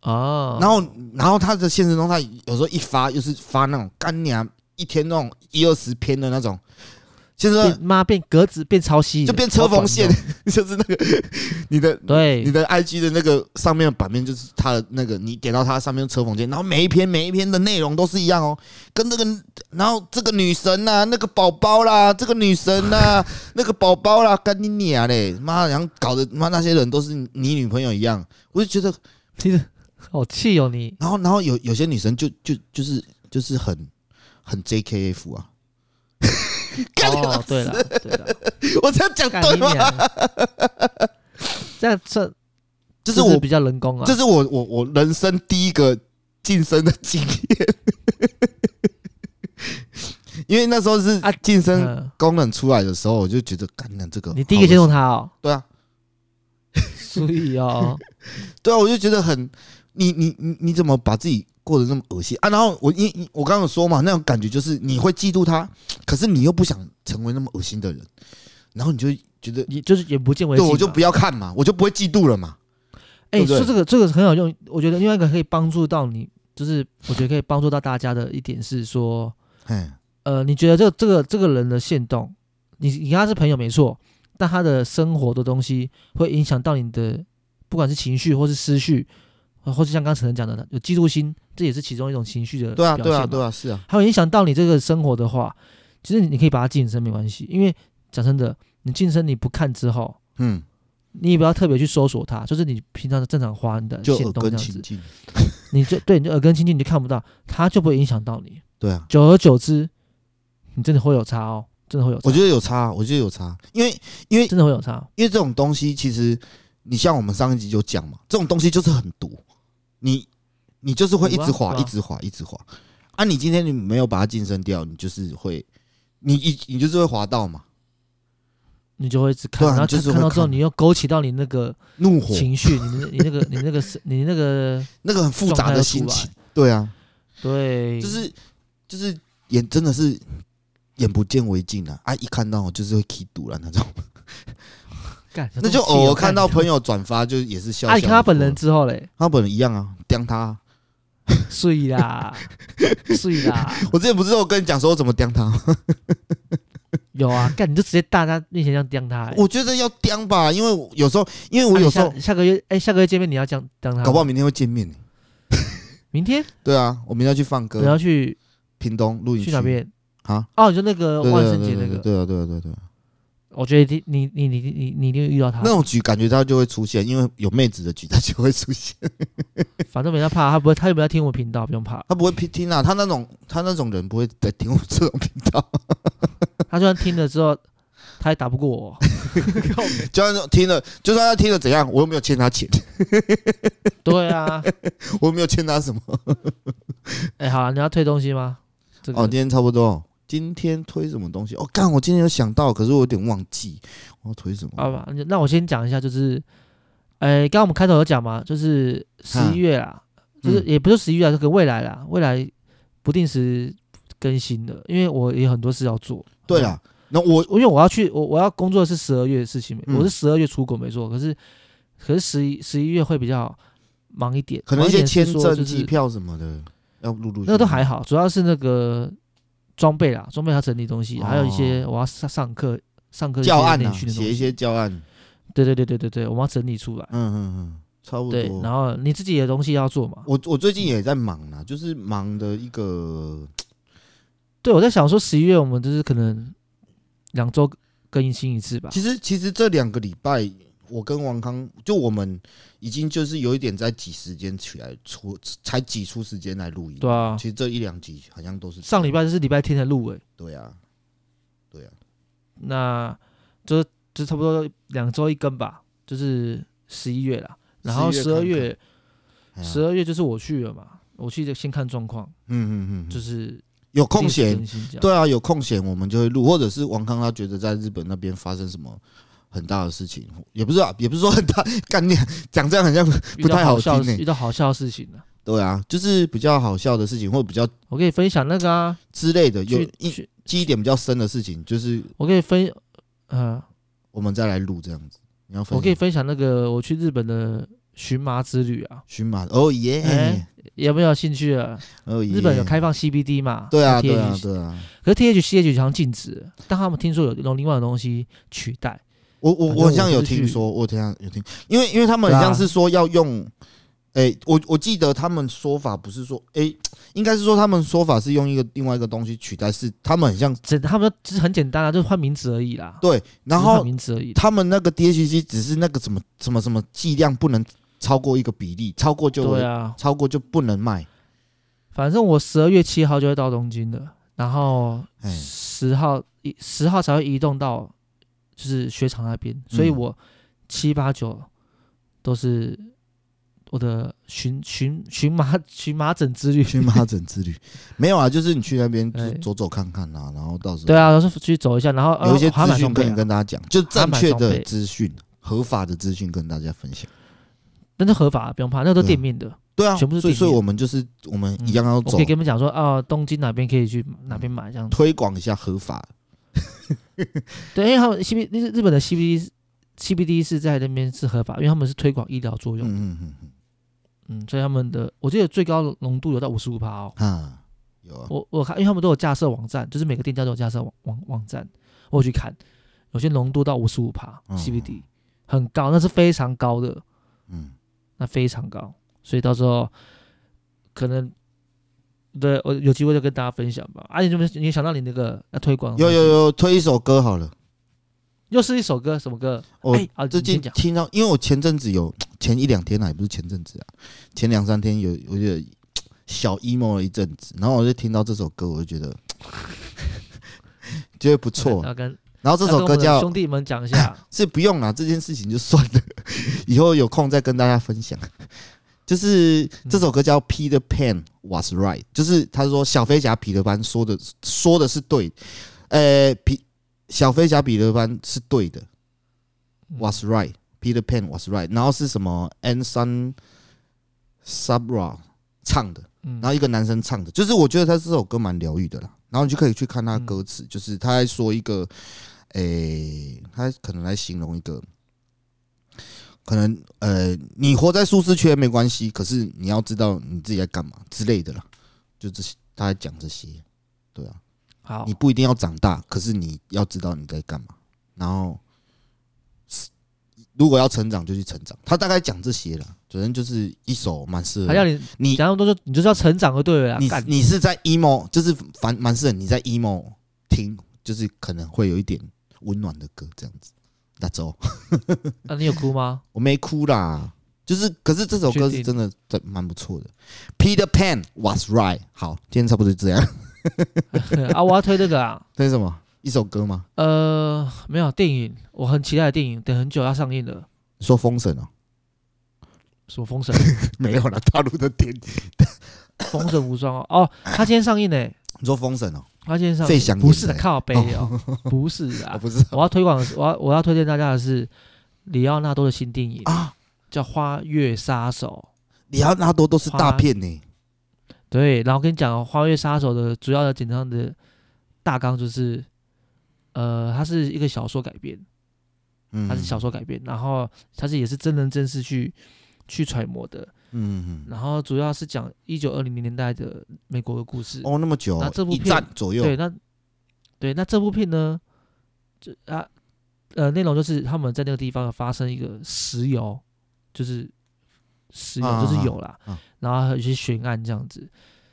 A: 哦，
B: 然后然后他的现实中，他有时候一发又是发那种干娘一天那种一二十篇的那种，现实中
A: 变妈变格子变超细，
B: 就变车缝线
A: 超短，
B: (laughs) 就是那个你的
A: 的，对，
B: 你的 IG 的那个上面的版面，就是它的那个你点到它上面的车缝线，然后每一篇每一篇的内容都是一样哦，跟那个然后这个女神呐、那个宝宝啦，这个女神呐、
A: (laughs)
B: 那个宝宝啦，干你娘嘞，妈，然后搞得妈那些人都是你女朋友一样，我就觉得，
A: 其实 (laughs) 好气哦你。
B: 然后然后有有些女生就就就是就是很很 JKF 啊，干你妈
A: 哦，对了，对了，
B: (laughs) 我这样讲
A: 干
B: 对
A: 你
B: 吗？
A: 娘！ (laughs) 这样算
B: 就是我
A: 比较人工啊，
B: 这是我我我人生第一个晋升的经验，因为那时候是
A: 啊
B: 晋升
A: 嗯
B: 功能出来的时候，我就觉得干了这个，
A: 你第一个
B: 好
A: 先
B: 恶
A: 用
B: 心
A: 它哦，
B: 对啊，
A: 所以哦，
B: 对啊，我就觉得很你你你你怎么把自己过得那么恶心啊？然后我因我刚刚有说嘛，那种感觉就是你会嫉妒他，可是你又不想成为那么恶心的人，然后你就觉得
A: 也就是眼不见为
B: 对
A: 净嘛。
B: 我就不要看嘛，我就不会嫉妒了嘛。对
A: 哎，
B: 不对
A: 说这个这个很有用，我觉得另外一个可以帮助到你，就是我觉得可以帮助到大家的一点是说，
B: 哎，
A: 呃，你觉得这个这个这个人的限动，你你跟他是朋友没错，但他的生活的东西会影响到你的，不管是情绪或是思绪，呃或或是像刚才陈讲的，有嫉妒心，这也是其中一种情绪的
B: 对啊，
A: 表
B: 对
A: 现
B: 啊，
A: 嘛
B: 对啊，是啊，
A: 还有影响到你这个生活的话，其实你可以把它晋升没关系，因为讲真的，你晋升你不看之后，
B: 嗯，
A: 你也不要特别去搜索它，就是你平常的正常花你的
B: 就
A: 行
B: 耳
A: 动这
B: 根
A: 样
B: 清
A: 子，
B: 净，
A: 你就对你就耳根清净，你就看不到，它就不会影响到你。
B: 对啊，
A: 久而久之，你真的会有差哦，真的会有差
B: 我，觉得有差，我觉得有差，因为因为
A: 真的会有差。
B: 因为这种东西其实你像我们上一集就讲嘛，这种东西就是很毒，你你就是会一直
A: 毒啊
B: 滑，
A: 对啊
B: 一直滑，一直滑，啊，你今天你没有把它晋升掉，你就是会，你一你就是会滑到嘛，
A: 你就会一直
B: 对
A: 看，
B: 啊
A: 然后
B: 你就是
A: 看
B: 会
A: 看到之后，
B: 看
A: 你又勾起到你那个
B: 怒火
A: 情绪，
B: (laughs)
A: 你的你那个你那个你那个
B: 那个很复杂的心
A: 状态又嗯
B: 情，对啊，
A: 对，
B: 就是就是眼真的是眼不见为净啊！啊，一看到我就是会起堵了那种，
A: 哦干
B: 那就偶尔看到朋
A: 友。
B: 友转发，就也是笑笑。
A: 啊啊，你看他本人，之后嘞，
B: 他本人一样啊，刁他啊。
A: 睡 (laughs) 啦，睡啦，
B: 我之前不是有跟你讲说我怎么刁他吗，
A: 有啊，干你就直接大家面前这样刁他、欸。
B: 我觉得要刁吧，因为我有时候，因为我
A: 啊你
B: 有时候
A: 下嗯下个月，哎、下个月见面你要这样刁他，
B: 搞不好明天会见面呢。
A: 明天
B: 对啊，我明天要去放
A: 我要
B: 歌，
A: 去
B: 屏东露营
A: 去哪边？
B: 啊？
A: 哦，你说那个
B: 对
A: 万
B: 对
A: 圣
B: 对
A: 节
B: 对
A: 那
B: 对
A: 个，
B: 对啊对啊对啊对啊，
A: 我觉得你你你你你你一定会遇到他
B: 那，种局感觉他就会出现，因为有妹子的局他就会出现，
A: 反正没他怕，他不会，他又不要听我频道，不用怕。
B: 他不会听啊，他那种他那种人不会再听我这种频道。 (laughs)
A: 他就算听了之后，他也打不过
B: (laughs)
A: 我。靠北
B: 就算听了，就算他听了怎样，我又没有欠他钱，
A: 对啊，
B: 我又没有欠他什么。
A: 哎、好、啊，你要推东西吗？这个、
B: 哦，今天差不多哦。今天推什么东西？哦，干，我今天有想到，可是我有点忘记我要推什么。
A: 好吧，那我先讲一下，就是，呃，刚刚我们开头有讲嘛，就是十一月啦，就是
B: 嗯
A: 也不是十一月啊，这个未来啦，未来不定时更新的，因为我也有很多事要做。
B: 对啦，那我
A: 因为我要去，我我要工作的是十二月的事情，
B: 嗯
A: 我是十二月出国没错，可是可是十一十一月会比较忙一点，
B: 可能一
A: 忙
B: 些
A: 点是
B: 签
A: 说
B: 证、
A: 就
B: 机
A: 是
B: 票什么的，要陆陆续续
A: 那个都还好，主要是那个装备啦，装备要整理东西，还有一些我要上上课上课一些
B: 哦教案
A: 内
B: 啊，
A: 训的东
B: 写一
A: 西，
B: 些教案。
A: 对对对对对对，我们要整理出来。
B: 嗯嗯嗯，差不
A: 对，然
B: 多。
A: 后你自己的东西要做嘛。
B: 我我最近也在忙啦，就是忙的一个，
A: 对，我在想说十一月我们就是可能两周更新一次吧。
B: 其实其实这两个礼拜，我跟王康就我们已经就是有一点在挤时间起来出，才挤出时间来录音。
A: 对啊
B: 其，实这一两集好像都是
A: 上礼拜就是礼拜天的录尾，
B: 对啊，对啊，
A: 那就就差不多两周一更吧，就是十一月啦。然后十二
B: 11
A: 月，
B: 哎呀
A: 十二月就是我去了嘛，我去先看状况，
B: 嗯嗯嗯嗯，
A: 就是
B: 有空
A: 定时
B: 闲
A: 更，新这样。
B: 对啊，有空闲我们就会录，或者是王康他觉得在日本那边发生什么。很大的事情，也不是啊，也不是说很大，干念讲这样很像
A: 遇
B: 不
A: 到
B: 太
A: 好
B: 好
A: 笑的
B: 听
A: 事
B: 欸
A: 遇到好笑的事情了、
B: 对啊，就是比较好笑的事情，或比较
A: 我可以分享那个啊，
B: 之类的，有
A: 去
B: 一
A: 去，
B: 记忆点比较深的事情，就是
A: 我可以分，呃，
B: 我们再来录这样子。你要分
A: 我可以
B: 享
A: 分享那个我去日本的荨麻之旅啊，
B: 荨麻哦
A: 哎
B: 耶，
A: 有没有兴趣啊？
B: 哦耶，
A: 日本有开放 CBD 嘛？
B: 对啊
A: 有
B: 对啊
A: THC
B: 对啊，
A: 可是 THC 好像禁止了，但他们听说有用另外的东西取代，
B: 我我
A: 反
B: 我
A: 正
B: 好像
A: 我就
B: 有
A: 是
B: 听
A: 去
B: 说，我好像有听，因为因为他们
A: 对
B: 好
A: 啊
B: 像是说要用，哎、我我记得他们说法不是说，哎、应该是说他们说法是用一个另外一个东西取代，是他们很像
A: 这他们只是很简单啊，就是换名字而已啦。
B: 对，然
A: 只是
B: 后
A: 换名字而已。
B: 他们那个 DHC 只是那个什么什么什么剂量不能超过一个比例，超过就
A: 对啊，
B: 超过就不能卖，
A: 反正我十二月七号就会到东京了，然后
B: 哎、
A: 十号一十号才会移动到就是雪场那边，所以
B: 嗯
A: 我七八九都是我的荨荨荨麻荨麻疹之旅。
B: 荨麻疹之旅 (laughs) 没有啊，就是你去那边就是
A: 哎
B: 走走看看啊，然后到时候
A: 对啊，我是去走一下，然后
B: 有一些
A: 呃还
B: 资
A: 蛮
B: 讯
A: 方便
B: 可
A: 的
B: 以跟大家讲，就正确
A: 还蛮装
B: 的
A: 备
B: 资讯、合法的资讯跟大家分享。
A: 但是合法，不用怕，那个都
B: 对啊
A: 店面的。
B: 对啊，
A: 全部是嗯
B: 所以
A: 店面
B: 所以我们就是我们嗯一样要
A: 我
B: 走
A: 可以跟你们讲说，哦，东京哪边可以去哪边买这样子。
B: 推广一下合法，嗯
A: 对，因为他们 C B 日日本的 C B D C B D 是在那边是合法，因为他们是推广医疗
B: 嗯
A: 作用，
B: 嗯嗯嗯
A: 嗯所以他们的我记得最高浓度有到五十五趴哦。
B: 嗯，啊，有啊，
A: 我我看，因为他们都有架设网站，就是每个店家都有架设网网网站，我有去看，有些浓度到五十五帕
B: 嗯
A: CBD，、很高，那是非常高的，
B: 嗯，
A: 那非常高，所以到时候可能对我有机会就跟大家分享吧。啊，你就没你想到你那个要推广的
B: 有
A: 东西，
B: 有有，推一首歌好了。
A: 又是一首歌，什么歌？
B: 我
A: 哎好
B: 最
A: 你先
B: 近
A: 讲
B: 听到，因为我前阵子有前一两天啊，也不是前阵子啊，前两三天有我有点小 emo 了一阵子，然后我就听到这首歌，我就觉得 (laughs) 觉得不
A: (laughs)
B: 错。
A: 要跟
B: 然后这首
A: 要跟我
B: 歌
A: 们的
B: 叫，
A: 兄弟们讲一下
B: (laughs) 是不用啦，这件事情就算了，以后有空再跟大家分享。就是这首歌叫《Peter Pan Was Right》，就是他说小飞侠彼得潘说的说的是对，呃，皮小飞侠彼得潘是对的，Was right，Peter Pan was right，然后是什么 Anson Sabra 唱的，
A: 嗯
B: 然后一个男生唱的，就是我觉得他这首歌蛮疗愈的啦。然后你就可以去看他的歌词，就是他在说一个，诶、他可能来形容一个，可能呃，你活在舒适圈没关系，可是你要知道你自己在干嘛之类的啦。就这些，他在讲这些，对啊，
A: 好
B: 你，不一定要长大，可是你要知道你在干嘛。然后，是如果要成长就去成长。他大概讲这些了，反正就是一首蛮适合
A: 还要你
B: 你
A: 讲那么多，就你就是要成长就对了啦。
B: 你
A: 啊干
B: 你是在 emo，就是凡蛮是你在 emo 听，就是可能会有一点温暖的歌这样子。那周
A: 啊，你有哭吗？
B: (laughs)
A: (laughs)
B: 我没哭啦，就是可是这首歌是
A: 确定
B: 真的真蛮不错的。Peter Pan was right。好，今天差不多就这样。
A: 啊，我要推这个啊，
B: 这是什么？一首歌吗？
A: 呃，没有电影，我很期待的电影，等很久要上映的，
B: 你说封神哦、
A: (laughs) 什么《封神》 (laughs)
B: 没有啦，大陆的电影。
A: 《封神无双》哦，哦，他今天上映呢、
B: 你说封神哦、
A: 他今天上
B: 费翔演的
A: 不是的靠背
B: (laughs)
A: 哦，不是
B: 我
A: 啊，
B: 不知道
A: 我要推广的 (laughs) 是，我要我要推荐大家的是里奥纳多的新电影
B: 啊。
A: 叫《花月杀手
B: 里奥纳多都是大片呢、》，
A: 对，然后跟你讲，《花月杀手》的主要的简章的大纲就是，呃，它是一个小说改编，
B: 嗯，
A: 它是小说改编，然后它是也是真人真事去去揣摩的，
B: 嗯，嗯嗯，
A: 然后主要是讲一九二零年代的美国的故事。
B: 哦，那么久哦、
A: 那这部
B: 一
A: 片
B: 站左右，
A: 对，那对那这部片呢，这啊呃内容就是他们在那个地方有发生一个石油，就是石油、
B: 啊
A: 就是有啦，
B: 啊
A: 然后还有一些悬案这样子。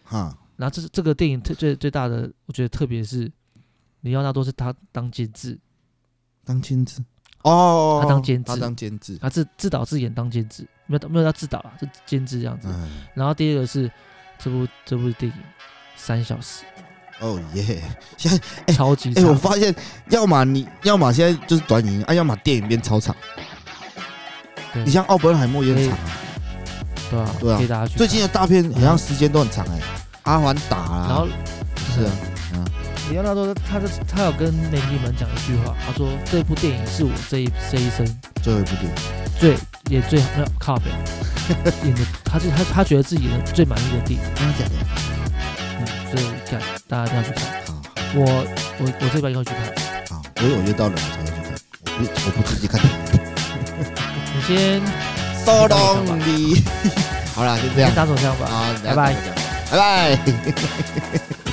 B: 哈，
A: 然后这是这个电影特最最大的，我觉得特别是里奥纳多是他当监制，
B: 当监制哦，
A: 他当监制
B: 他当监制，
A: 他自自导自演当监制，没有没有他自导啊，是监制这样子。
B: 嗯，
A: 然后第二个是这部这部电影三小时，
B: 哦耶！
A: 超级
B: 哎、
A: 长。
B: 我发现，要么你要么现在就是短影音，啊，要么电影变超长。
A: 对
B: 你像奥本海默也很长、啊，
A: 对啊，
B: 对啊
A: 可以大家去看。
B: 最近的大片好像时间都很长哎、阿凡达啊，
A: 然后
B: 是啊，
A: 里奥纳多他他他有跟媒体们讲一句话，他说这部电影是我这一这一生
B: 最后一部电影，
A: 最也最没有靠北演的，他是他他觉得自己的最满意的地方，
B: 真的假的？
A: 嗯，所以感大家一定要去看。
B: 好
A: 我我我这边要去看，
B: 好，我有约到人我才会去看，我不我不自己看。
A: 你先
B: 收拢 (laughs) 你，好啦，就这
A: 你
B: 样啊
A: 先。打手枪吧。
B: 好，
A: 拜拜
B: 拜拜。